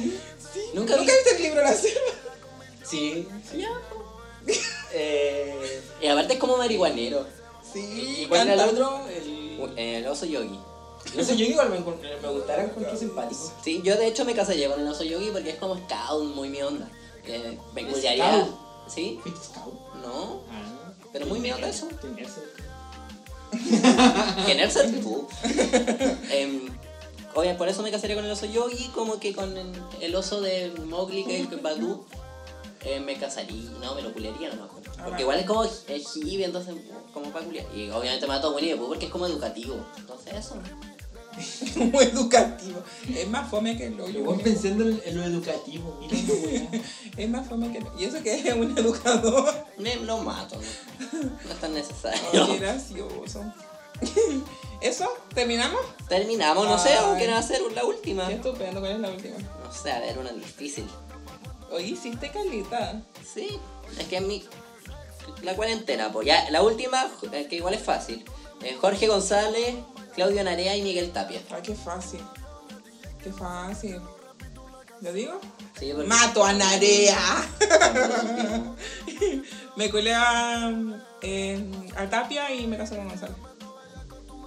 A: Sí.
B: Nunca vi-
A: viste el libro La Selva?
C: Sí. Eh,
B: Y aparte es como marihuanero.
A: Sí,
C: ¿Y cuál era el
A: canta.
C: otro? El...
B: El oso yogi.
C: No sé, yo igual me, encont- me gustaron con qué simpático.
B: Sí, yo de hecho me casaría con el oso yogi porque es como scout, muy mi onda. Eh, me
C: ¿Es
B: cuidaría.
C: scout?
B: ¿Sí?
C: ¿Fuiste scout?
B: No.
C: Ah,
B: Pero muy miedo de eso.
C: estoy inmerso.
B: ¿Quién eres tú? [laughs] Em, obvia- por eso me casaría con el oso yogi, como que con el, el oso de Mowgli, que es el Badoo. eh, me casaría, no, me lo culiaría a lo mejor. Porque igual es como es hippie, entonces, como para culiar. Y obviamente mato a Winnie the Pooh porque es como educativo. Entonces, eso.
A: [laughs] Muy educativo. Es más fome que el
C: Yo
A: hoyo.
C: voy pensando en, en lo educativo, mira qué weá.
A: Es más fome que el hoyo. Y eso que es un
C: [laughs]
A: educador.
B: Me lo mato. No, No es
A: [laughs]
B: tan
A: Ay, qué
B: necesario.
A: gracioso. [laughs] ¿Eso? ¿Terminamos?
B: Terminamos, no sé, o
A: Ay.
B: quieren hacer la última.
A: Qué estupendo, ¿cuál es la última?
B: No sé, a ver, una difícil.
A: Hoy hiciste calita.
B: Sí, es que es mi. La cuarentena, pues ya. La última, eh, que igual es fácil. Eh, Jorge González, Claudio Narea y Miguel Tapia.
A: Ay, qué fácil. Qué fácil. ¿Lo digo?
B: Sí, porque-
A: Mato a Narea. [laughs] Me culé a, eh, a Tapia y me casé con Gonzalo.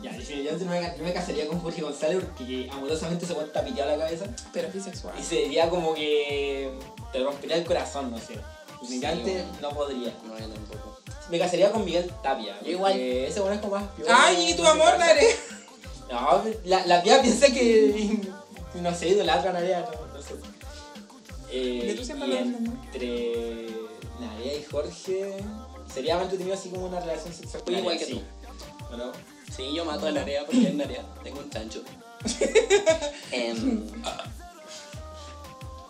C: Ya, definitivamente no me, ca- no me casaría con Jorge González porque amorosamente se cuenta pillado la cabeza.
A: Pero es bisexual.
C: Y sería como que te rompería el corazón, no sé. Definitivamente
B: bueno.
C: no podría.
B: No, yo tampoco.
C: Me casaría con Miguel Tapia.
B: Yo igual.
C: porque Ese bueno es como más piola,
A: Ay, y tu
C: no sé
A: amor,
C: cuánto.
A: Narea.
C: No, la, la tía piensa que [laughs] no sé, idolatra a Narea, no, no sé.
A: De
C: Eh,
A: hecho, siempre
C: y
A: lo hablan,
C: entre Narea y Jorge sería más entretenido así como una relación sexual.
B: Igual
C: Narea,
B: que
C: sí. ¿O no?
B: Sí, yo mato a Narea porque es Narea. Tengo un chancho. Em,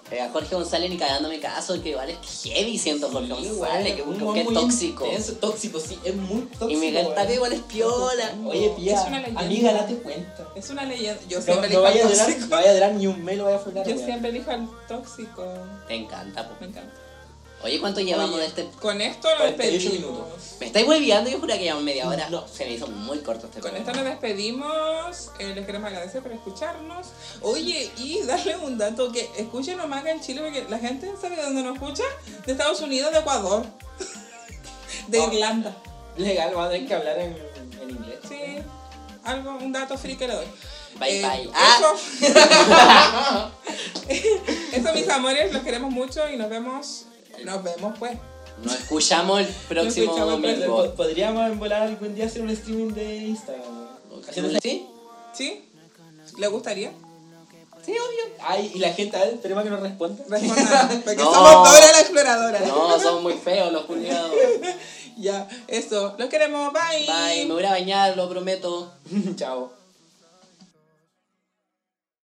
B: eh, a Jorge González ni cagándome caso, que igual es heavy siento Jorge González, que
C: un
B: como
C: weón
B: que es
C: muy
B: tóxico.
C: intenso, tóxico, sí, es muy tóxico.
B: Y Miguel
C: weón.
B: Tapia igual es piola.
C: Oye,
A: Es una
C: pía,
A: leyenda.
C: amiga, date cuenta.
A: Es una leyenda. Yo
C: No,
A: siempre
C: no
A: elijo
C: vaya a
A: al
C: durar,
A: tóxico.
C: no vaya a durar ni un mes, lo vaya a frenar.
A: Yo
C: weón.
A: siempre elijo al tóxico.
B: Te encanta, po.
A: Me encanta.
B: Oye, ¿cuánto llevamos
A: Oye,
B: de este
A: Con esto nos
C: 48
A: despedimos.
C: minutos.
B: Me estáis hueviando, yo juraría que llevamos media hora.
C: No.
B: Se me hizo muy corto este
A: Con
B: programa.
A: esto nos despedimos. Eh, les queremos agradecer por escucharnos. Oye, y darle un dato que escuchen nomás acá en Chile, porque la gente sabe de dónde nos escucha. De Estados Unidos, de Ecuador. [laughs] De
C: Oh.
A: Irlanda.
C: Legal, vamos a tener que hablar en, en inglés.
A: Sí. Algo, un dato free que le doy.
B: Bye
A: Eh,
B: bye.
A: Eso,
B: Ah,
A: [laughs] eso, mis amores, los queremos mucho y nos vemos. Nos vemos, pues.
B: nos
A: [laughs]
B: escuchamos el próximo
A: escuchamos el
C: Pero
B: domingo.
C: po- Podríamos en volar algún día hacer un streaming de Instagram. weón. Haciendo un-
B: ¿Sí?
A: ¿Sí? ¿Le gustaría?
B: Sí, obvio.
C: Ay, y la gente, a ver, esperemos que nos responda. [laughs]
B: [laughs]
A: Respondan, porque
B: No.
A: somos Dora la exploradora.
B: No, son muy feos los
A: [laughs]
B: culiados.
A: Ya, eso. Los queremos.
B: Bye, me voy a ir a bañar, lo prometo.
C: Chao.